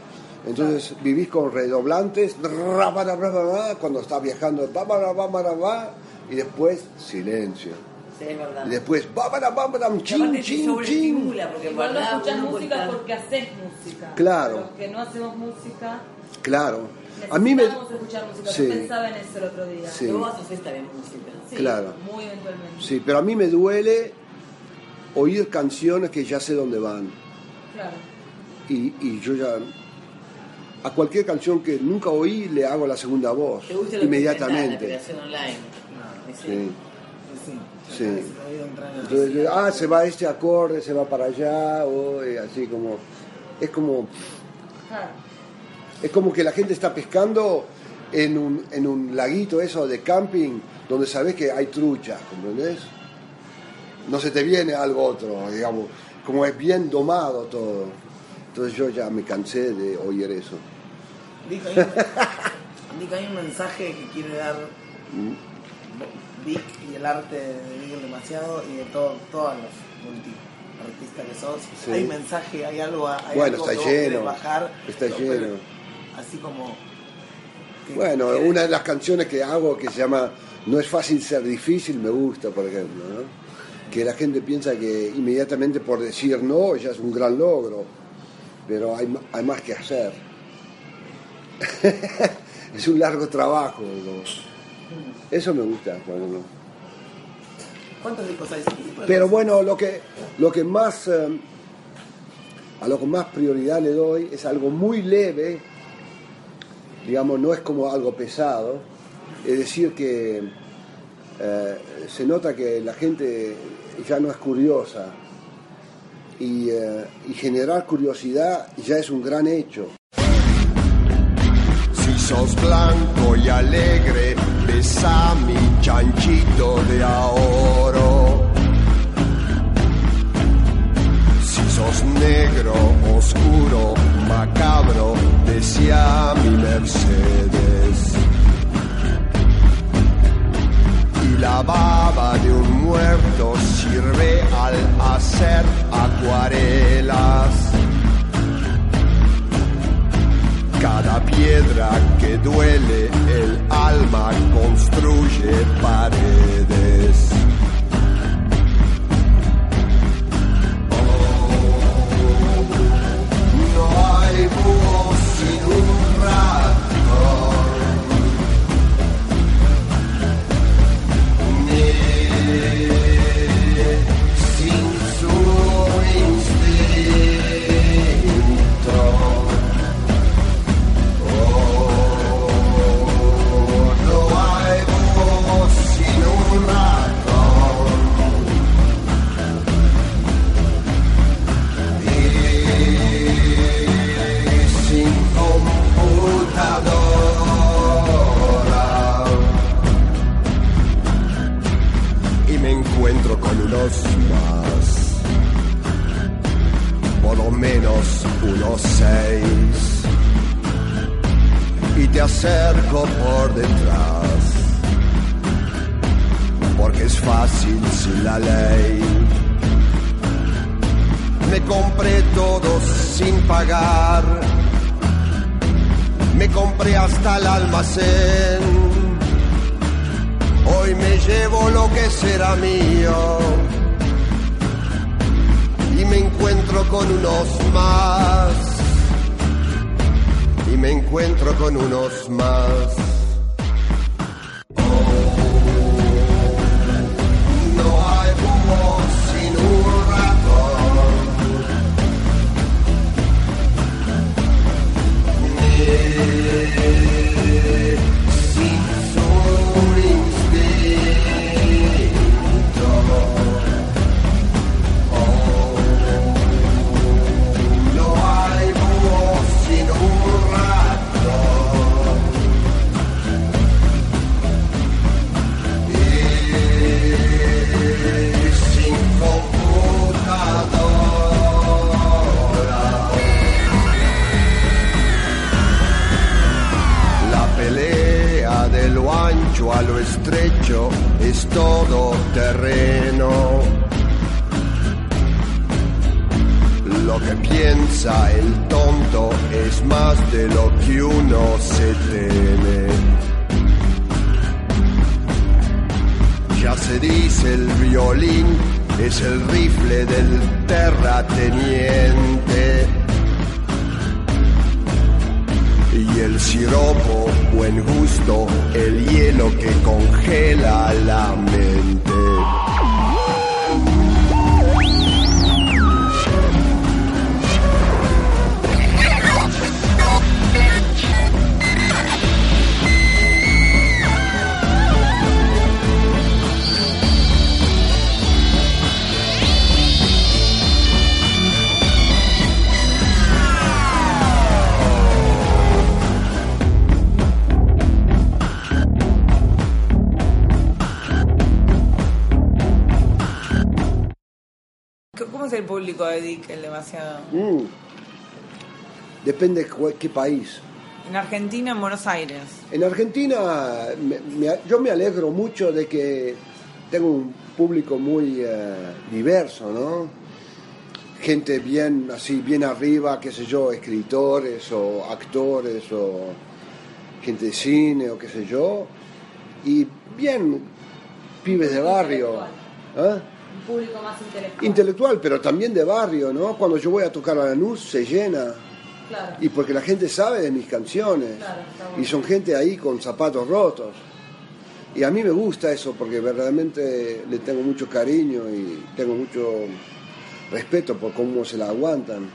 Speaker 2: Entonces vivís con redoblantes, ra, ba, ra, ra, ra, ra, cuando estás viajando, ba, ba, ra, ba, ba, ra, ba, y después silencio.
Speaker 6: Sí, es verdad.
Speaker 2: Y después, ba, ba, ra, ba, ba, ra,
Speaker 6: Y aparte
Speaker 2: chin,
Speaker 6: te
Speaker 2: chin, chin.
Speaker 6: sobreestimula, porque
Speaker 4: Igual no
Speaker 6: guardás,
Speaker 4: escuchas
Speaker 6: uno puede
Speaker 4: música
Speaker 6: estar-
Speaker 4: porque haces música.
Speaker 2: Claro.
Speaker 4: Los que no hacemos música,
Speaker 2: Claro.
Speaker 4: necesitamos
Speaker 2: A mí me.
Speaker 4: escuchar música.
Speaker 2: Sí.
Speaker 4: Yo pensaba en eso el otro día.
Speaker 2: Sí.
Speaker 6: Pero vos haces también música.
Speaker 4: Sí,
Speaker 2: Claro.
Speaker 4: Muy eventualmente.
Speaker 2: Sí, pero a mí me duele oír canciones que ya sé dónde van.
Speaker 4: Claro.
Speaker 2: Y, y yo ya. A cualquier canción que nunca oí le hago la segunda voz.
Speaker 6: Te gusta lo que
Speaker 2: Inmediatamente.
Speaker 6: inventás, la creación online.
Speaker 4: Ah,
Speaker 6: Y sí.
Speaker 2: Sí.
Speaker 5: Sí.
Speaker 2: Sí.
Speaker 5: Está bien, entra en la
Speaker 2: Entonces,
Speaker 5: vacía.
Speaker 2: ah, se va este acorde, se va para allá, o eh, así como. Es como.
Speaker 4: Claro.
Speaker 2: Es como que la gente está pescando en un, en un laguito eso de camping donde sabes que hay truchas, ¿comprendés? No se te viene algo otro, digamos, como es bien domado todo. Entonces yo ya me cansé de oír eso.
Speaker 5: Dick, hay un, Dick, hay un mensaje que quiere dar
Speaker 2: Mm.
Speaker 5: Dick y el arte de Dick demasiado y de todo, todos los multiartistas que sos.
Speaker 2: Sí.
Speaker 5: Hay mensaje, hay algo, a- hay
Speaker 2: Bueno,
Speaker 5: algo
Speaker 2: está
Speaker 5: que vos querés
Speaker 2: lleno,
Speaker 5: bajar.
Speaker 2: está
Speaker 5: pero- pero
Speaker 2: lleno.
Speaker 5: Así como. que-
Speaker 2: Bueno,
Speaker 5: que-
Speaker 2: una de las canciones que hago que se llama No es fácil ser difícil, me gusta, por ejemplo, ¿no? Que la gente piensa que inmediatamente por decir no ya es un gran logro, pero hay, ma- hay más que hacer. es un largo trabajo. ¿no? Eso me gusta, por ejemplo.
Speaker 5: ¿Cuántos discos hay?
Speaker 2: Pero bueno, lo que, lo que más, eh, a lo que más prioridad le doy es algo muy leve, digamos, no es como algo pesado. Es decir, que eh, se nota que la gente ya no es curiosa y, eh, y generar curiosidad ya es un gran hecho.
Speaker 7: Si sos blanco y alegre, besa mi chanchito de ahoro. Si sos negro, oscuro, macabro, decía mi Mercedes. Y la baba de un muerto sirve al hacer acuarelas. Cada
Speaker 2: Cada piedra que duele el alma construye paredes. No hay búho sin un ratón. Ni sin su instinto. Oh, no hay búho sin un ratón. Y sin computadora y me encuentro con unos más por lo menos unos seis y te acerco por detrás porque es fácil sin la ley me compré todo sin pagar. Me compré hasta el almacén. Hoy me llevo lo que será mío. Y me encuentro con unos más. Y me encuentro con unos más. No hay humo sin un ratón. Sin su instinto. Oh, no hay búho sin un ratón. Y sin computadora. La pelea de lo ancho a lo estrecho es todo terreno. Lo que piensa el tonto es más de lo que uno se teme. Ya se dice el violín es el rifle del terrateniente. y el siropo, buen gusto, el hielo que congela la mente.
Speaker 3: ¿Qué- ¿Cómo es el público de Dick el demasiado?
Speaker 6: Mm. Depende cu- qué país.
Speaker 3: En Argentina, en Buenos Aires.
Speaker 6: En Argentina me- me- yo me alegro mucho de que tengo un público muy eh, diverso, ¿no? Gente bien así, bien arriba, qué sé yo, escritores o actores o gente de cine o qué sé yo, y bien pibes de barrio. ¿eh?
Speaker 4: Un público más intelectual.
Speaker 6: Intelectual, pero también de barrio, ¿no? Cuando yo voy a tocar a Lanús se llena.
Speaker 4: claro.
Speaker 6: Y porque la gente sabe de mis canciones.
Speaker 4: Claro, está bueno.
Speaker 6: y son gente ahí con zapatos rotos. Y a mí me gusta eso porque verdaderamente le tengo mucho cariño y tengo mucho respeto por cómo se la aguantan.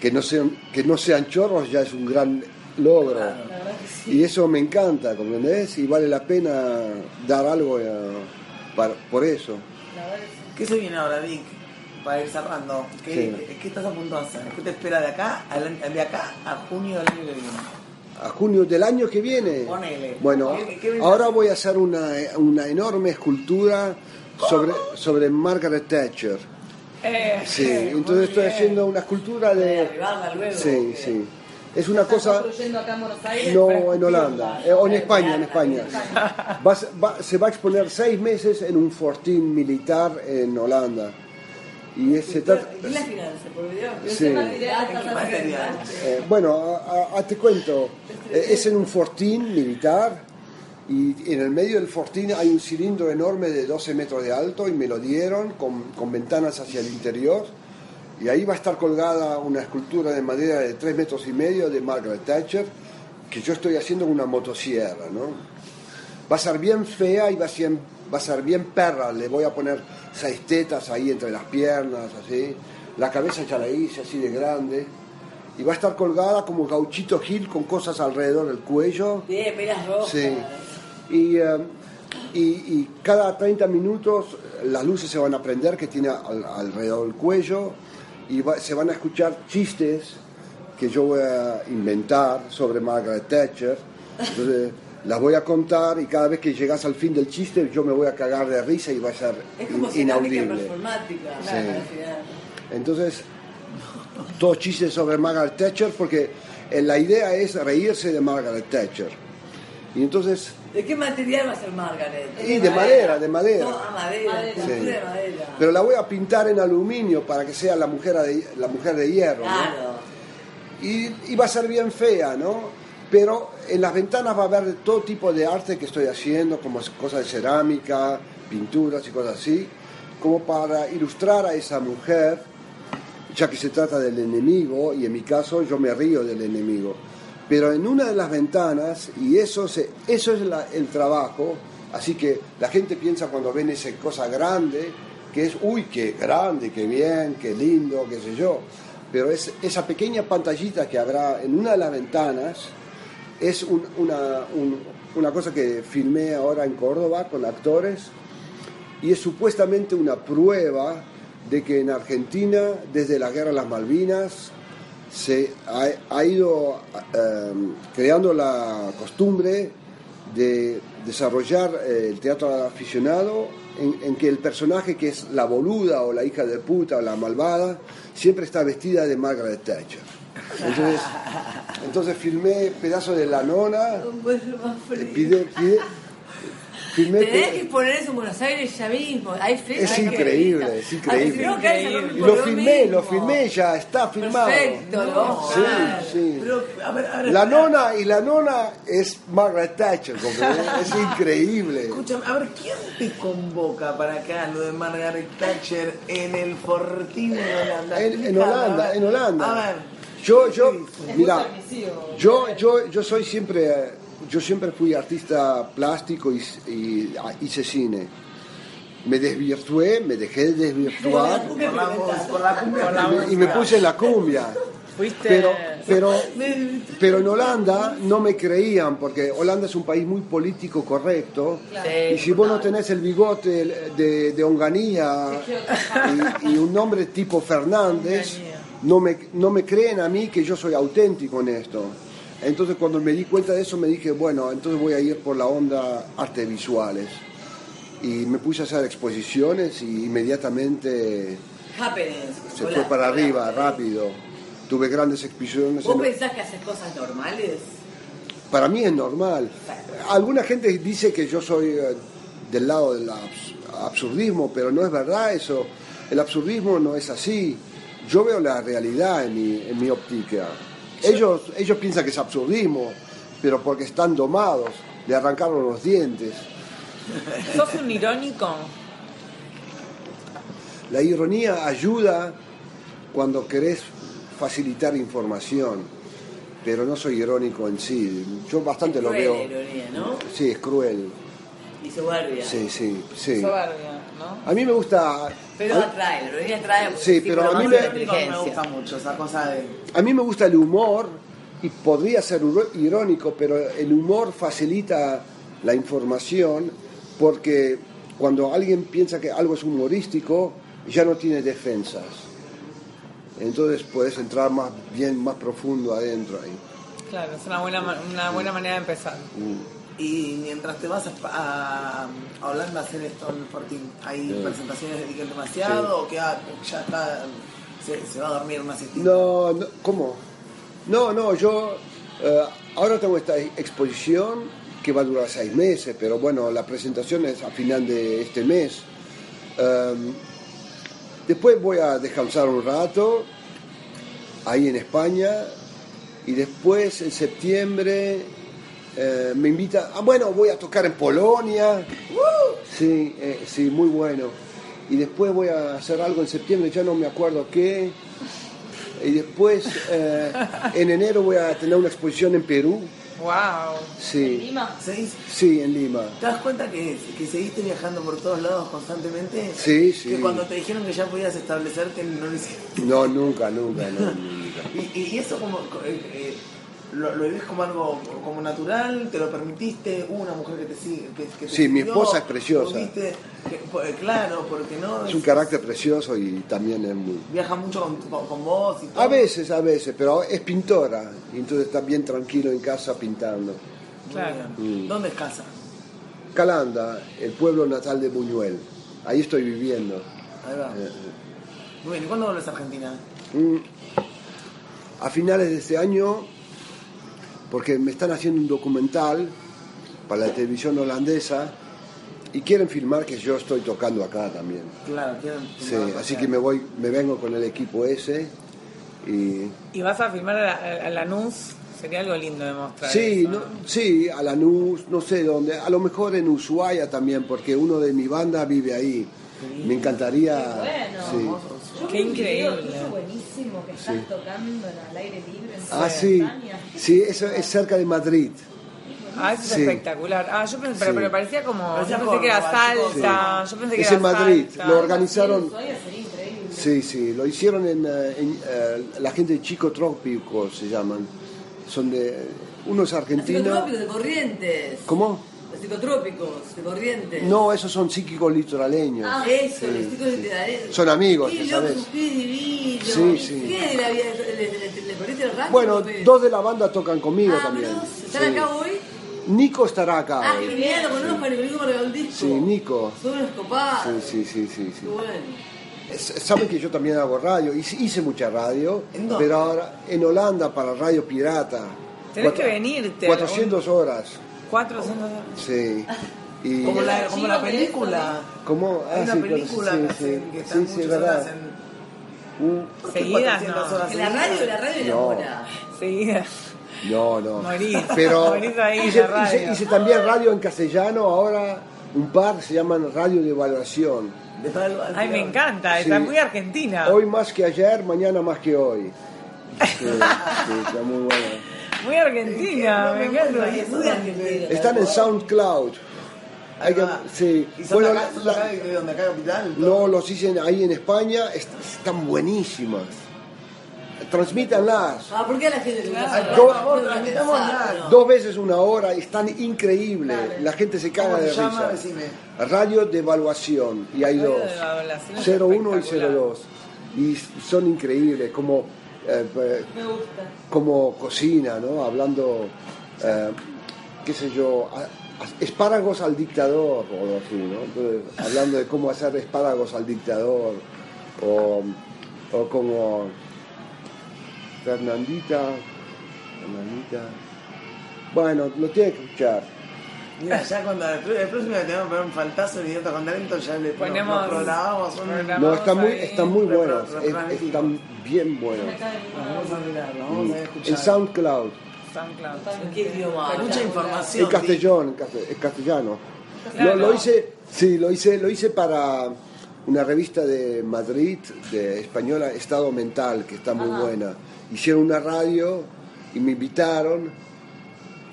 Speaker 6: Que no sean, que no sean chorros ya es un gran logro. Y eso me encanta, ¿comprendés? Y vale la pena dar algo eh, para- por eso.
Speaker 5: ¿Qué se viene ahora, Vic? Para ir cerrando. ¿Qué,
Speaker 6: Sí.
Speaker 5: qué estás a punto de hacer? ¿Qué te espera de acá, al- de acá a junio del año que viene?
Speaker 6: a junio del año que viene.
Speaker 5: Ponele.
Speaker 6: Bueno,
Speaker 5: ¿Qué- qué
Speaker 6: ahora voy a hacer una, una enorme escultura sobre, sobre Margaret Thatcher. sí, entonces estoy haciendo una escultura de...
Speaker 1: Arribarla luego.
Speaker 6: Sí, sí. Es una cosa...
Speaker 4: Construyendo acá en Buenos Aires.
Speaker 6: No, en Holanda, eh, o en España, en España. Va a se- va- se va a exponer seis meses en un fortín militar en Holanda. Y es- se trata-
Speaker 1: Y la finanza, por Dios. Yo
Speaker 6: Sí.
Speaker 1: sé más de
Speaker 4: Ah,
Speaker 1: datos,
Speaker 5: ¿Qué
Speaker 1: más de
Speaker 5: material?
Speaker 1: finanzas.
Speaker 6: Eh, bueno, a- a- a- te cuento, Eh, es en un fortín militar y en el medio del fortín hay un cilindro enorme de 12 metros de alto y me lo dieron con, con ventanas hacia el interior y ahí va a estar colgada una escultura de madera de 3 metros y medio de Margaret Thatcher que yo estoy haciendo con una motosierra, ¿no? Va a ser bien fea y va a ser, va a ser bien perra. Le voy a poner seis tetas ahí entre las piernas, así. La cabeza ya la hice, así de grande. Y va a estar colgada como gauchito Gil con cosas alrededor del cuello.
Speaker 1: Tiene pelas rojas.
Speaker 6: Sí. Y, eh, y, y cada 30 minutos eh, las luces se van a prender que tiene al- alrededor del cuello y va- se van a escuchar chistes que yo voy a inventar sobre Margaret Thatcher. Entonces, las voy a contar y cada vez que llegas al fin del chiste yo me voy a cagar de risa y va a ser
Speaker 1: Es como
Speaker 6: in-
Speaker 1: cerámica
Speaker 6: inaudible.
Speaker 1: performática.
Speaker 6: Sí.
Speaker 1: al final.
Speaker 6: Entonces, todos chistes sobre Margaret Thatcher porque eh, la idea es reírse de Margaret Thatcher. Y entonces
Speaker 1: ¿De qué material va a ser Margaret?
Speaker 6: Y de madera, de madera.
Speaker 1: No, a madera,
Speaker 4: Madera.
Speaker 1: escultura
Speaker 6: Sí.
Speaker 1: de madera.
Speaker 6: Pero la voy a pintar en aluminio para que sea la mujer de, la mujer de hierro. ¿no?
Speaker 1: Claro.
Speaker 6: Y, y va a ser bien fea, ¿no? Pero en las ventanas va a haber todo tipo de arte que estoy haciendo, como es- cosas de cerámica, pinturas y cosas así, como para ilustrar a esa mujer, ya que se trata del enemigo, y en mi caso yo me río del enemigo. Pero en una de las ventanas, y eso, se- eso es la- el trabajo, así que la gente piensa cuando ven esa cosa grande, que es, uy, qué grande, qué bien, qué lindo, qué sé yo. Pero es, esa pequeña pantallita que habrá en una de las ventanas es un- una, un- una cosa que filmé ahora en Córdoba con actores y es supuestamente una prueba de que en Argentina, desde la guerra de las Malvinas, se ha, ha ido eh, creando la costumbre de desarrollar eh, el teatro aficionado en, en que el personaje que es la boluda o la hija de puta o la malvada siempre está vestida de Margaret Thatcher. Entonces, entonces filmé pedazo de la nona,
Speaker 1: Un pueblo más
Speaker 6: eh,
Speaker 1: frío.
Speaker 6: pide- pide- filmé
Speaker 8: Tenés
Speaker 6: pe-
Speaker 8: que poner eso en Buenos Aires ya mismo. Hay fresca,
Speaker 6: Es
Speaker 8: hay
Speaker 6: increíble,
Speaker 8: que-
Speaker 6: es increíble.
Speaker 8: Ah, creo que hay que
Speaker 6: Y
Speaker 8: hacerlo
Speaker 6: lo
Speaker 8: por
Speaker 6: filmé, lo
Speaker 8: mismo.
Speaker 6: filmé ya, está filmado.
Speaker 8: Perfecto, lo vamos a
Speaker 6: Sí,
Speaker 8: hacer.
Speaker 6: sí.
Speaker 5: Pero, a ver, a ver.
Speaker 6: La
Speaker 5: espera.
Speaker 6: nona y la nona es Margaret Thatcher, ¿comprendés? es increíble.
Speaker 5: Escúchame, a ver, ¿quién te convoca para acá lo de Margaret Thatcher en el Fortín de Holanda?
Speaker 6: En, en
Speaker 5: Explícame, a
Speaker 6: Holanda,
Speaker 5: ver.
Speaker 6: en Holanda.
Speaker 5: A ver,
Speaker 6: Yo,
Speaker 5: ¿qué
Speaker 6: yo,
Speaker 5: dice?
Speaker 6: mira,
Speaker 4: permisivo.
Speaker 6: yo, yo, yo soy siempre, eh, yo siempre fui artista plástico y, y ah, hice cine. Me desvirtué, me dejé de desvirtuar
Speaker 5: por la voz, por la cumbia.
Speaker 6: y me, y me puse en la cumbia.
Speaker 3: Fuiste.
Speaker 6: Pero, pero, pero en Holanda no me creían, porque Holanda es un país muy político correcto.
Speaker 8: Sí.
Speaker 6: Y si vos no tenés el bigote de, de Onganía y, y un nombre tipo Fernández, no me, no me creen a mí que yo soy auténtico en esto. Entonces cuando me di cuenta de eso me dije, bueno, entonces voy a ir por la onda artes visuales. Y me puse a hacer exposiciones y inmediatamente
Speaker 1: Happenings.
Speaker 6: se
Speaker 1: Hola.
Speaker 6: fue para arriba rápido. Tuve grandes exposiciones.
Speaker 1: ¿Vos
Speaker 6: en-
Speaker 1: pensás que haces cosas normales?
Speaker 6: Para mí es normal. Alguna gente dice que yo soy eh, del lado del abs- absurdismo, pero no es verdad eso. El absurdismo no es así. Yo veo la realidad en mi, en mi óptica. Ellos, ellos piensan que es absurdismo, pero porque están domados, le arrancaron los dientes.
Speaker 3: ¿Sos un irónico?
Speaker 6: La ironía ayuda cuando querés facilitar información, pero no soy irónico en sí. Yo bastante lo
Speaker 1: Cruel
Speaker 6: veo.
Speaker 1: la ironía, ¿no?
Speaker 6: Sí, es cruel.
Speaker 1: Y soberbia.
Speaker 6: Sí, sí, sí.
Speaker 3: Soberbia, ¿no?
Speaker 6: A mí me gusta.
Speaker 8: Pero
Speaker 6: a-
Speaker 8: atrae, la ironía atrae. porque
Speaker 6: Sí, pero a
Speaker 8: lo
Speaker 6: mí
Speaker 8: hace
Speaker 6: me-
Speaker 8: con
Speaker 5: me
Speaker 8: inteligencia.
Speaker 5: gusta mucho esa cosa de...
Speaker 6: A mí me gusta el humor y podría ser uro- irónico, pero el humor facilita la información porque cuando alguien piensa que algo es humorístico ya no tiene defensas. Entonces puedes entrar más bien más profundo adentro ahí.
Speaker 3: Claro, es una buena, ma- una buena manera de empezar.
Speaker 5: Y mientras te vas a, Espa- a, a Holanda a hacer esto en el Fortín, ¿hay presentaciones de Miguel Demasiado o que ah, ya está, se, se va a dormir una siestita?
Speaker 6: No, no, ¿cómo? No, no, yo eh, ahora tengo esta exposición que va a durar seis meses, pero bueno, la presentación es a final de este mes. Em, Después voy a descansar un rato, ahí en España, y después en septiembre eh, me invita, ah bueno, voy a tocar en Polonia, sí, eh, sí, muy bueno. Y después voy a hacer algo en septiembre, ya no me acuerdo qué. Y después eh, en enero voy a tener una exposición en Perú,
Speaker 3: Wow.
Speaker 6: sí,
Speaker 4: Lima.
Speaker 5: ¿Seguís?
Speaker 6: sí, en Lima.
Speaker 5: ¿Te das cuenta que, que seguiste viajando por todos lados constantemente?
Speaker 6: Sí, sí.
Speaker 5: Que cuando te dijeron que ya podías establecerte, no lo hiciste.
Speaker 6: No, nunca, nunca, no, nunca.
Speaker 5: Y, y eso como, eh, eh, lo, lo vivís como algo como natural, te lo permitiste, hubo una mujer que te sigue. Que, que te
Speaker 6: Sí, mi
Speaker 5: siguió,
Speaker 6: esposa es preciosa.
Speaker 5: pudiste- que- po- eh, claro, porque no.
Speaker 6: Es un carácter precioso y también es muy...
Speaker 5: Viaja mucho con, con- con vos y todo.
Speaker 6: A veces, a veces, pero es pintora, y entonces está bien tranquilo en casa pintando.
Speaker 5: Muy
Speaker 3: Claro.
Speaker 5: bien.
Speaker 6: Mm.
Speaker 5: ¿Dónde es casa?
Speaker 6: Calanda, el pueblo natal de Buñuel, ahí estoy viviendo.
Speaker 5: Ahí va.
Speaker 6: Eh,
Speaker 5: Muy bien, ¿y cuándo volvés a Argentina?
Speaker 6: Mm. A finales de este año, porque me están haciendo un documental para la televisión holandesa y quieren filmar que yo estoy tocando acá también.
Speaker 5: Claro, quieren.
Speaker 6: Sí, así que me voy, me vengo con el equipo ese y
Speaker 3: ¿Y vas a filmar a, la- a Lanús? Sería algo lindo de mostrar.
Speaker 6: Sí,
Speaker 3: eso,
Speaker 6: no, sí, a Lanús, no sé dónde, a lo mejor en Ushuaia también, porque uno de mi banda vive ahí. Me encantaría.
Speaker 4: Qué
Speaker 6: sí.
Speaker 4: bueno. Yo vi un video
Speaker 3: increíble.
Speaker 4: tuyo buenísimo que estás tocando al aire libre en
Speaker 6: Ah,
Speaker 4: Gran
Speaker 6: sí,
Speaker 4: Bretaña.
Speaker 6: sí, eso es cerca de Madrid.
Speaker 3: Ah, eso es
Speaker 6: Sí.
Speaker 3: espectacular. Ah, yo pensé, pero,
Speaker 6: Sí.
Speaker 3: pero parecía como.
Speaker 5: Parecía
Speaker 3: yo pensé que era
Speaker 5: Córdoba, chicos.
Speaker 3: salsa. Yo pensé que
Speaker 6: Es
Speaker 3: era
Speaker 6: en Madrid,
Speaker 3: salsa.
Speaker 6: lo organizaron.
Speaker 4: Soy, sería increíble.
Speaker 6: Sí, sí, lo hicieron en, eh, en, eh, la gente de Chico Trópico se llaman. Son de uno es argentino.
Speaker 1: Psicotrópicos de corrientes.
Speaker 6: ¿Cómo?
Speaker 1: Los psicotrópicos de corrientes.
Speaker 6: No, esos son psíquicos litoraleños.
Speaker 1: Ah, eso, los chicos de Tiradentes.
Speaker 6: Son amigos,
Speaker 1: Qué
Speaker 6: ya
Speaker 1: loco,
Speaker 6: sabes.
Speaker 1: qué divino.
Speaker 6: Sí,
Speaker 1: ¿Y
Speaker 6: sí.
Speaker 1: ¿Qué de la vida? ¿Le, le, le- le poniste el rango?
Speaker 6: Bueno,
Speaker 1: Pepe?
Speaker 6: dos de la banda tocan conmigo
Speaker 1: Ah,
Speaker 6: también.
Speaker 1: Bruce, ¿Están
Speaker 6: Sí.
Speaker 1: acá hoy?
Speaker 6: Nico estará acá.
Speaker 1: Ah,
Speaker 6: hoy.
Speaker 1: genial, lo ponemos para el público para el disco.
Speaker 6: Sí, Nico.
Speaker 1: Son unos copados.
Speaker 6: Sí, sí, sí, sí. sí.
Speaker 1: Qué bueno.
Speaker 6: Es- Saben que yo también hago radio, hice, hice mucha radio,
Speaker 5: ¿En dónde?
Speaker 6: pero ahora en Holanda para Radio Pirata.
Speaker 3: Tenés que
Speaker 6: Cuatro-
Speaker 3: venirte.
Speaker 6: 400 horas,
Speaker 3: Cuatro cientos.
Speaker 6: sí. Y,
Speaker 5: Como la, como la
Speaker 4: Chico, pero
Speaker 5: película.
Speaker 6: ¿Cómo? Ah,
Speaker 5: Hay una
Speaker 6: sí,
Speaker 5: película
Speaker 6: sí,
Speaker 5: que,
Speaker 6: sí,
Speaker 5: hacen, que
Speaker 6: sí,
Speaker 5: están
Speaker 6: sí,
Speaker 5: muchas
Speaker 6: verdad.
Speaker 5: horas en...
Speaker 6: Mm,
Speaker 5: ¿por qué
Speaker 3: Seguidas,
Speaker 5: 400
Speaker 3: no.
Speaker 5: horas
Speaker 1: La
Speaker 5: seguidas?
Speaker 1: radio, la radio
Speaker 6: No.
Speaker 1: enamora.
Speaker 3: Seguidas.
Speaker 6: No, no.
Speaker 3: Morís,
Speaker 6: Pero
Speaker 3: morís ahí en
Speaker 6: hice,
Speaker 3: la radio.
Speaker 6: hice- hice también radio en castellano, ahora un par se llaman Radio de Evaluación.
Speaker 5: De Palo Alto.
Speaker 3: Ay, me encanta.
Speaker 6: Sí.
Speaker 3: Está muy argentina.
Speaker 6: Hoy más que ayer, mañana más que hoy. Sí, sí, está muy bueno.
Speaker 3: Muy argentina. me encanta.
Speaker 5: Muy argentino.
Speaker 6: Están en SoundCloud. Hay que- sí.
Speaker 5: ¿Y son
Speaker 6: Bueno,
Speaker 5: acá, son
Speaker 6: la-
Speaker 5: acá de donde acá capital?
Speaker 6: no, los dicen ahí en España, est- están buenísimas. Transmítanlas.
Speaker 1: Ah, ¿por qué a la gente le gusta?
Speaker 5: Claro,
Speaker 1: eso?
Speaker 6: por
Speaker 5: favor,
Speaker 1: No, no,
Speaker 5: transmitamos
Speaker 1: no,
Speaker 5: nada.
Speaker 1: no.
Speaker 6: Dos veces una hora, y están increíbles. La gente se
Speaker 5: ¿Cómo
Speaker 6: caga
Speaker 5: se
Speaker 6: de
Speaker 5: llama?
Speaker 6: risa.
Speaker 5: Decime.
Speaker 6: Radio de evaluación, y hay
Speaker 3: Radio
Speaker 6: dos.
Speaker 3: de evaluación es
Speaker 6: 01 y
Speaker 3: espectacular.
Speaker 6: 02. Y son increíbles, como, eh, eh,
Speaker 4: Me gusta.
Speaker 6: como cocina, ¿no? Hablando, eh, qué sé yo, a- a- espárragos al dictador, o algo así, ¿no? Entonces, hablando de cómo hacer espárragos al dictador, o, o como Fernandita, Fernandita. Bueno, lo tiene que escuchar.
Speaker 5: Mira, ya cuando el, el próximo que tenemos que poner un faltazo de idiota con talento, ya le
Speaker 3: Ponemos-
Speaker 5: nos programamos un...
Speaker 3: programa-
Speaker 6: No, está
Speaker 3: Vamos
Speaker 6: muy,
Speaker 3: ahí,
Speaker 6: está muy
Speaker 5: repro-
Speaker 6: bueno,
Speaker 5: refrán
Speaker 6: es-
Speaker 5: y-
Speaker 6: están bien buenos.
Speaker 4: Acá de
Speaker 5: Nos Vamos a mirarlo, vamos a escuchar.
Speaker 6: En SoundCloud,
Speaker 3: SoundCloud.
Speaker 1: ¿En qué idioma? habla?
Speaker 5: Mucha
Speaker 6: en
Speaker 5: información.
Speaker 6: castellón, en cast- en castellano.
Speaker 3: Claro.
Speaker 6: Lo, lo hice, sí, lo hice, lo hice para una revista de Madrid, de española, Estado Mental, que está muy buena. Hicieron una radio y me invitaron,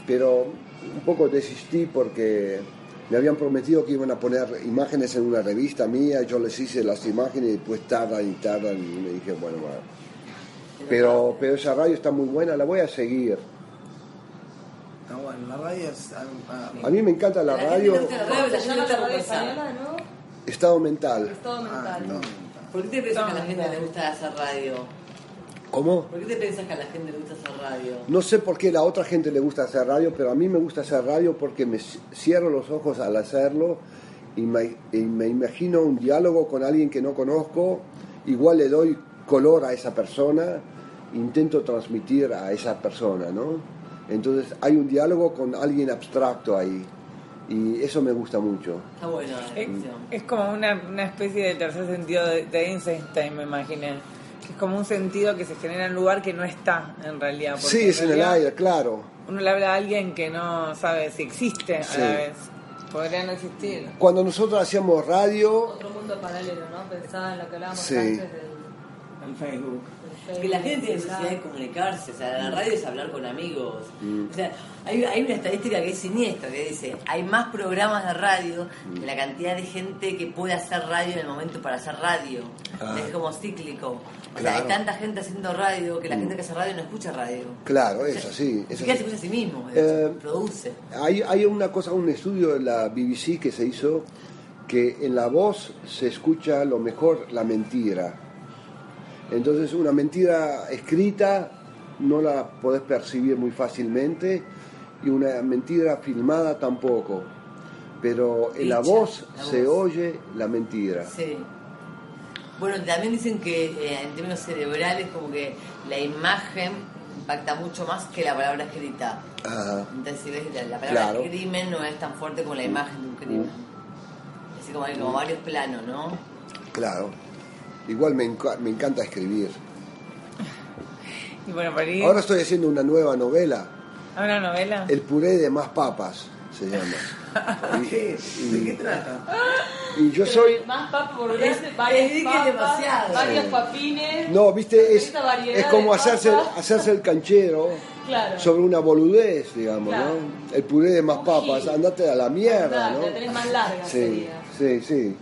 Speaker 6: pero un poco desistí porque me habían prometido que iban a poner imágenes en una revista mía, yo les hice las imágenes y pues tardan y tardan y me dije, bueno, va. Pero, pero esa radio está muy buena, la voy a seguir.
Speaker 5: No, bueno, la radio es... algo para-
Speaker 6: A mí me encanta la
Speaker 1: A la gente le
Speaker 6: radio
Speaker 1: gusta la
Speaker 4: ¿Cómo
Speaker 1: radio, la
Speaker 4: se
Speaker 1: gente
Speaker 4: llama
Speaker 1: está
Speaker 4: la radio
Speaker 1: conversando.
Speaker 4: española, no?
Speaker 6: Estado Mental.
Speaker 4: Estado
Speaker 5: Ah,
Speaker 4: mental.
Speaker 5: no.
Speaker 1: ¿Por qué te piensas que a la gente le gusta hacer radio?
Speaker 6: ¿Cómo?
Speaker 1: ¿Por qué te piensas que a la gente le gusta hacer radio?
Speaker 6: No sé por qué a la otra gente le gusta hacer radio, pero a mí me gusta hacer radio porque me ci- cierro los ojos al hacerlo y me, y me imagino un diálogo con alguien que no conozco, igual le doy color a esa persona, intento transmitir a esa persona, ¿no? Entonces hay un diálogo con alguien abstracto ahí Y eso me gusta mucho.
Speaker 1: Está bueno la
Speaker 3: Es,
Speaker 1: descripción.
Speaker 3: es como una, una especie de tercer sentido de, de Einstein, me imaginé. Que es como un sentido que se genera en un lugar que no está en realidad. porque
Speaker 6: Sí, es en el
Speaker 3: realidad
Speaker 6: aire, claro.
Speaker 3: Uno le habla a alguien que no sabe si existe
Speaker 6: Sí.
Speaker 3: a la vez. Podría no existir.
Speaker 6: Cuando nosotros hacíamos radio,
Speaker 4: Otro mundo paralelo, ¿no? Pensaba en lo que hablábamos
Speaker 6: Sí.
Speaker 4: antes del,
Speaker 5: en Facebook.
Speaker 4: del
Speaker 1: Que la gente tiene
Speaker 4: Facebook,
Speaker 1: necesidad de comunicarse, o
Speaker 6: Mm.
Speaker 1: sea, la radio es hablar con amigos. O sea, hay, hay una estadística que es siniestra, que dice, hay más programas de radio
Speaker 6: Mm.
Speaker 1: que la cantidad de gente que puede hacer radio en el momento para hacer radio.
Speaker 6: Ah.
Speaker 1: Es como cíclico. O sea,
Speaker 6: Claro. Mm.
Speaker 1: hay tanta gente haciendo radio que la gente que hace radio no escucha radio.
Speaker 6: claro, es así.
Speaker 1: Ni
Speaker 6: Es
Speaker 1: siquiera se
Speaker 6: así.
Speaker 1: escucha a sí mismo, de hecho,
Speaker 6: Eh,
Speaker 1: produce.
Speaker 6: Hay, hay una cosa, un estudio de la BBC que se hizo que en la voz se escucha lo mejor la mentira. Entonces una mentira escrita no la podés percibir muy fácilmente y una mentira filmada tampoco. Pero en la
Speaker 1: Dicha,
Speaker 6: voz
Speaker 1: la
Speaker 6: se
Speaker 1: voz.
Speaker 6: oye la mentira.
Speaker 1: Sí. Bueno, también dicen que eh, en términos cerebrales como que la imagen impacta mucho más que la palabra escrita.
Speaker 6: Ajá.
Speaker 1: Entonces, si ves, la, la palabra
Speaker 6: Claro.
Speaker 1: crimen no es tan fuerte como la imagen de un crimen. Así como hay como varios planos, ¿no?
Speaker 6: Claro. Igual me, enca- me encanta escribir.
Speaker 3: Y bueno, por ahí,
Speaker 6: Ahora estoy haciendo una nueva novela,
Speaker 3: ¿a una novela?
Speaker 6: El puré de más papas se llama.
Speaker 5: ¿Qué? ¿De qué trata?
Speaker 6: Y yo soy...
Speaker 4: Más papas por
Speaker 1: Es-
Speaker 4: delante, varias
Speaker 1: es que
Speaker 4: papas,
Speaker 1: demasiado.
Speaker 4: varios
Speaker 6: Sí.
Speaker 4: papines.
Speaker 6: No, viste, es,
Speaker 4: Esta variedad
Speaker 6: es como
Speaker 4: de
Speaker 6: hacerse,
Speaker 4: papas.
Speaker 6: hacerse el canchero
Speaker 4: Claro.
Speaker 6: sobre una boludez, digamos,
Speaker 4: Claro.
Speaker 6: ¿no? El puré de más
Speaker 4: Un
Speaker 6: papas,
Speaker 4: gil.
Speaker 6: andate a la mierda,
Speaker 4: Andá,
Speaker 6: ¿no?
Speaker 4: La tenés más larga
Speaker 6: Sí,
Speaker 4: sería.
Speaker 6: sí, sí.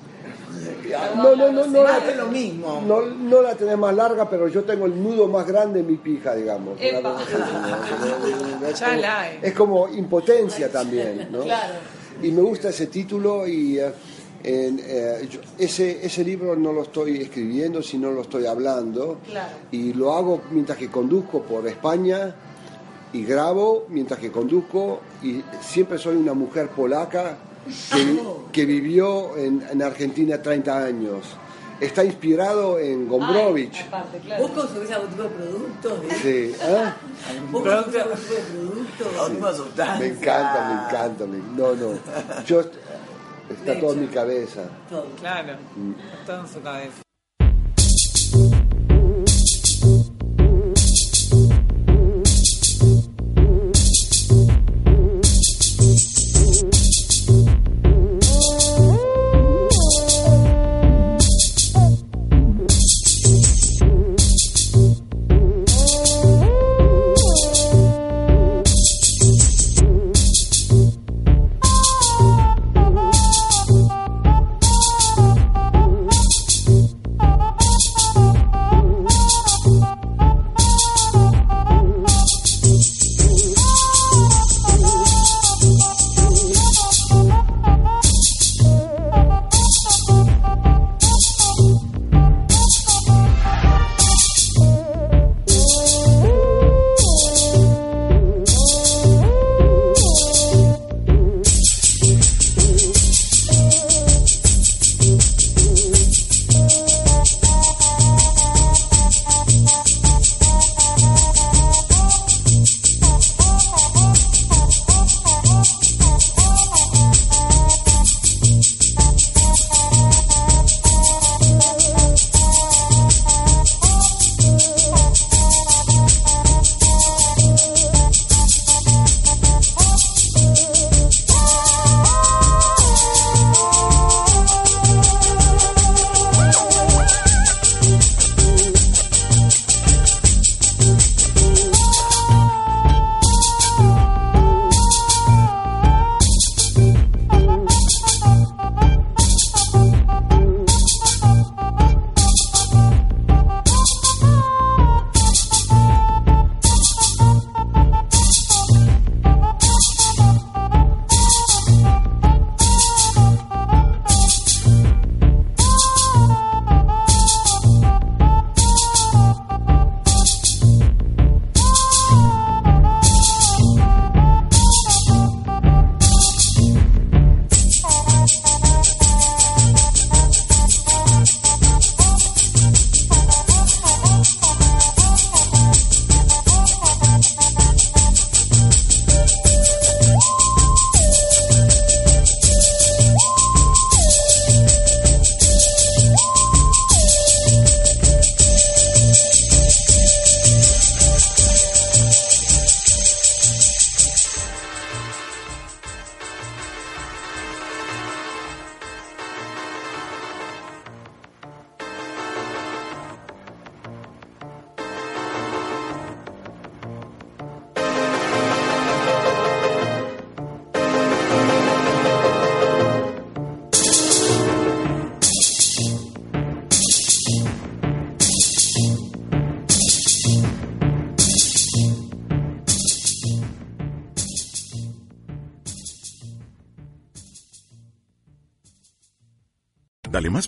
Speaker 6: No, no, no, no,
Speaker 5: Más de
Speaker 6: la,
Speaker 5: lo mismo.
Speaker 6: no, no la tenés más larga, pero yo tengo el nudo más grande en mi pija, digamos. Una
Speaker 4: Epa.
Speaker 6: cosa así, ¿no? Es
Speaker 3: Ya
Speaker 6: como-
Speaker 3: la hay.
Speaker 6: Es como impotencia también, ¿no?
Speaker 4: Claro.
Speaker 6: Y me gusta ese título y eh, en, eh, yo- ese, ese libro no lo estoy escribiendo, sino lo estoy hablando.
Speaker 4: Claro.
Speaker 6: Y lo hago mientras que conduzco por España y grabo mientras que conduzco y siempre soy una mujer polaca que, vi- que vivió en, en Argentina 30 años. Está inspirado en
Speaker 4: Ay,
Speaker 6: Gombrowicz.
Speaker 4: aparte,
Speaker 1: ¿Vos
Speaker 4: claro.
Speaker 1: consumís algún tipo de producto?
Speaker 6: Sí, ¿eh?
Speaker 1: ¿Vos consumís algún tipo de producto?
Speaker 5: Algún tipo de sustancia.
Speaker 6: Me encanta, me encanta. me- no, no. Yo, está todo en mi cabeza.
Speaker 1: Todo.
Speaker 3: Claro, todo en su cabeza.
Speaker 9: Thank you.
Speaker 10: Dale más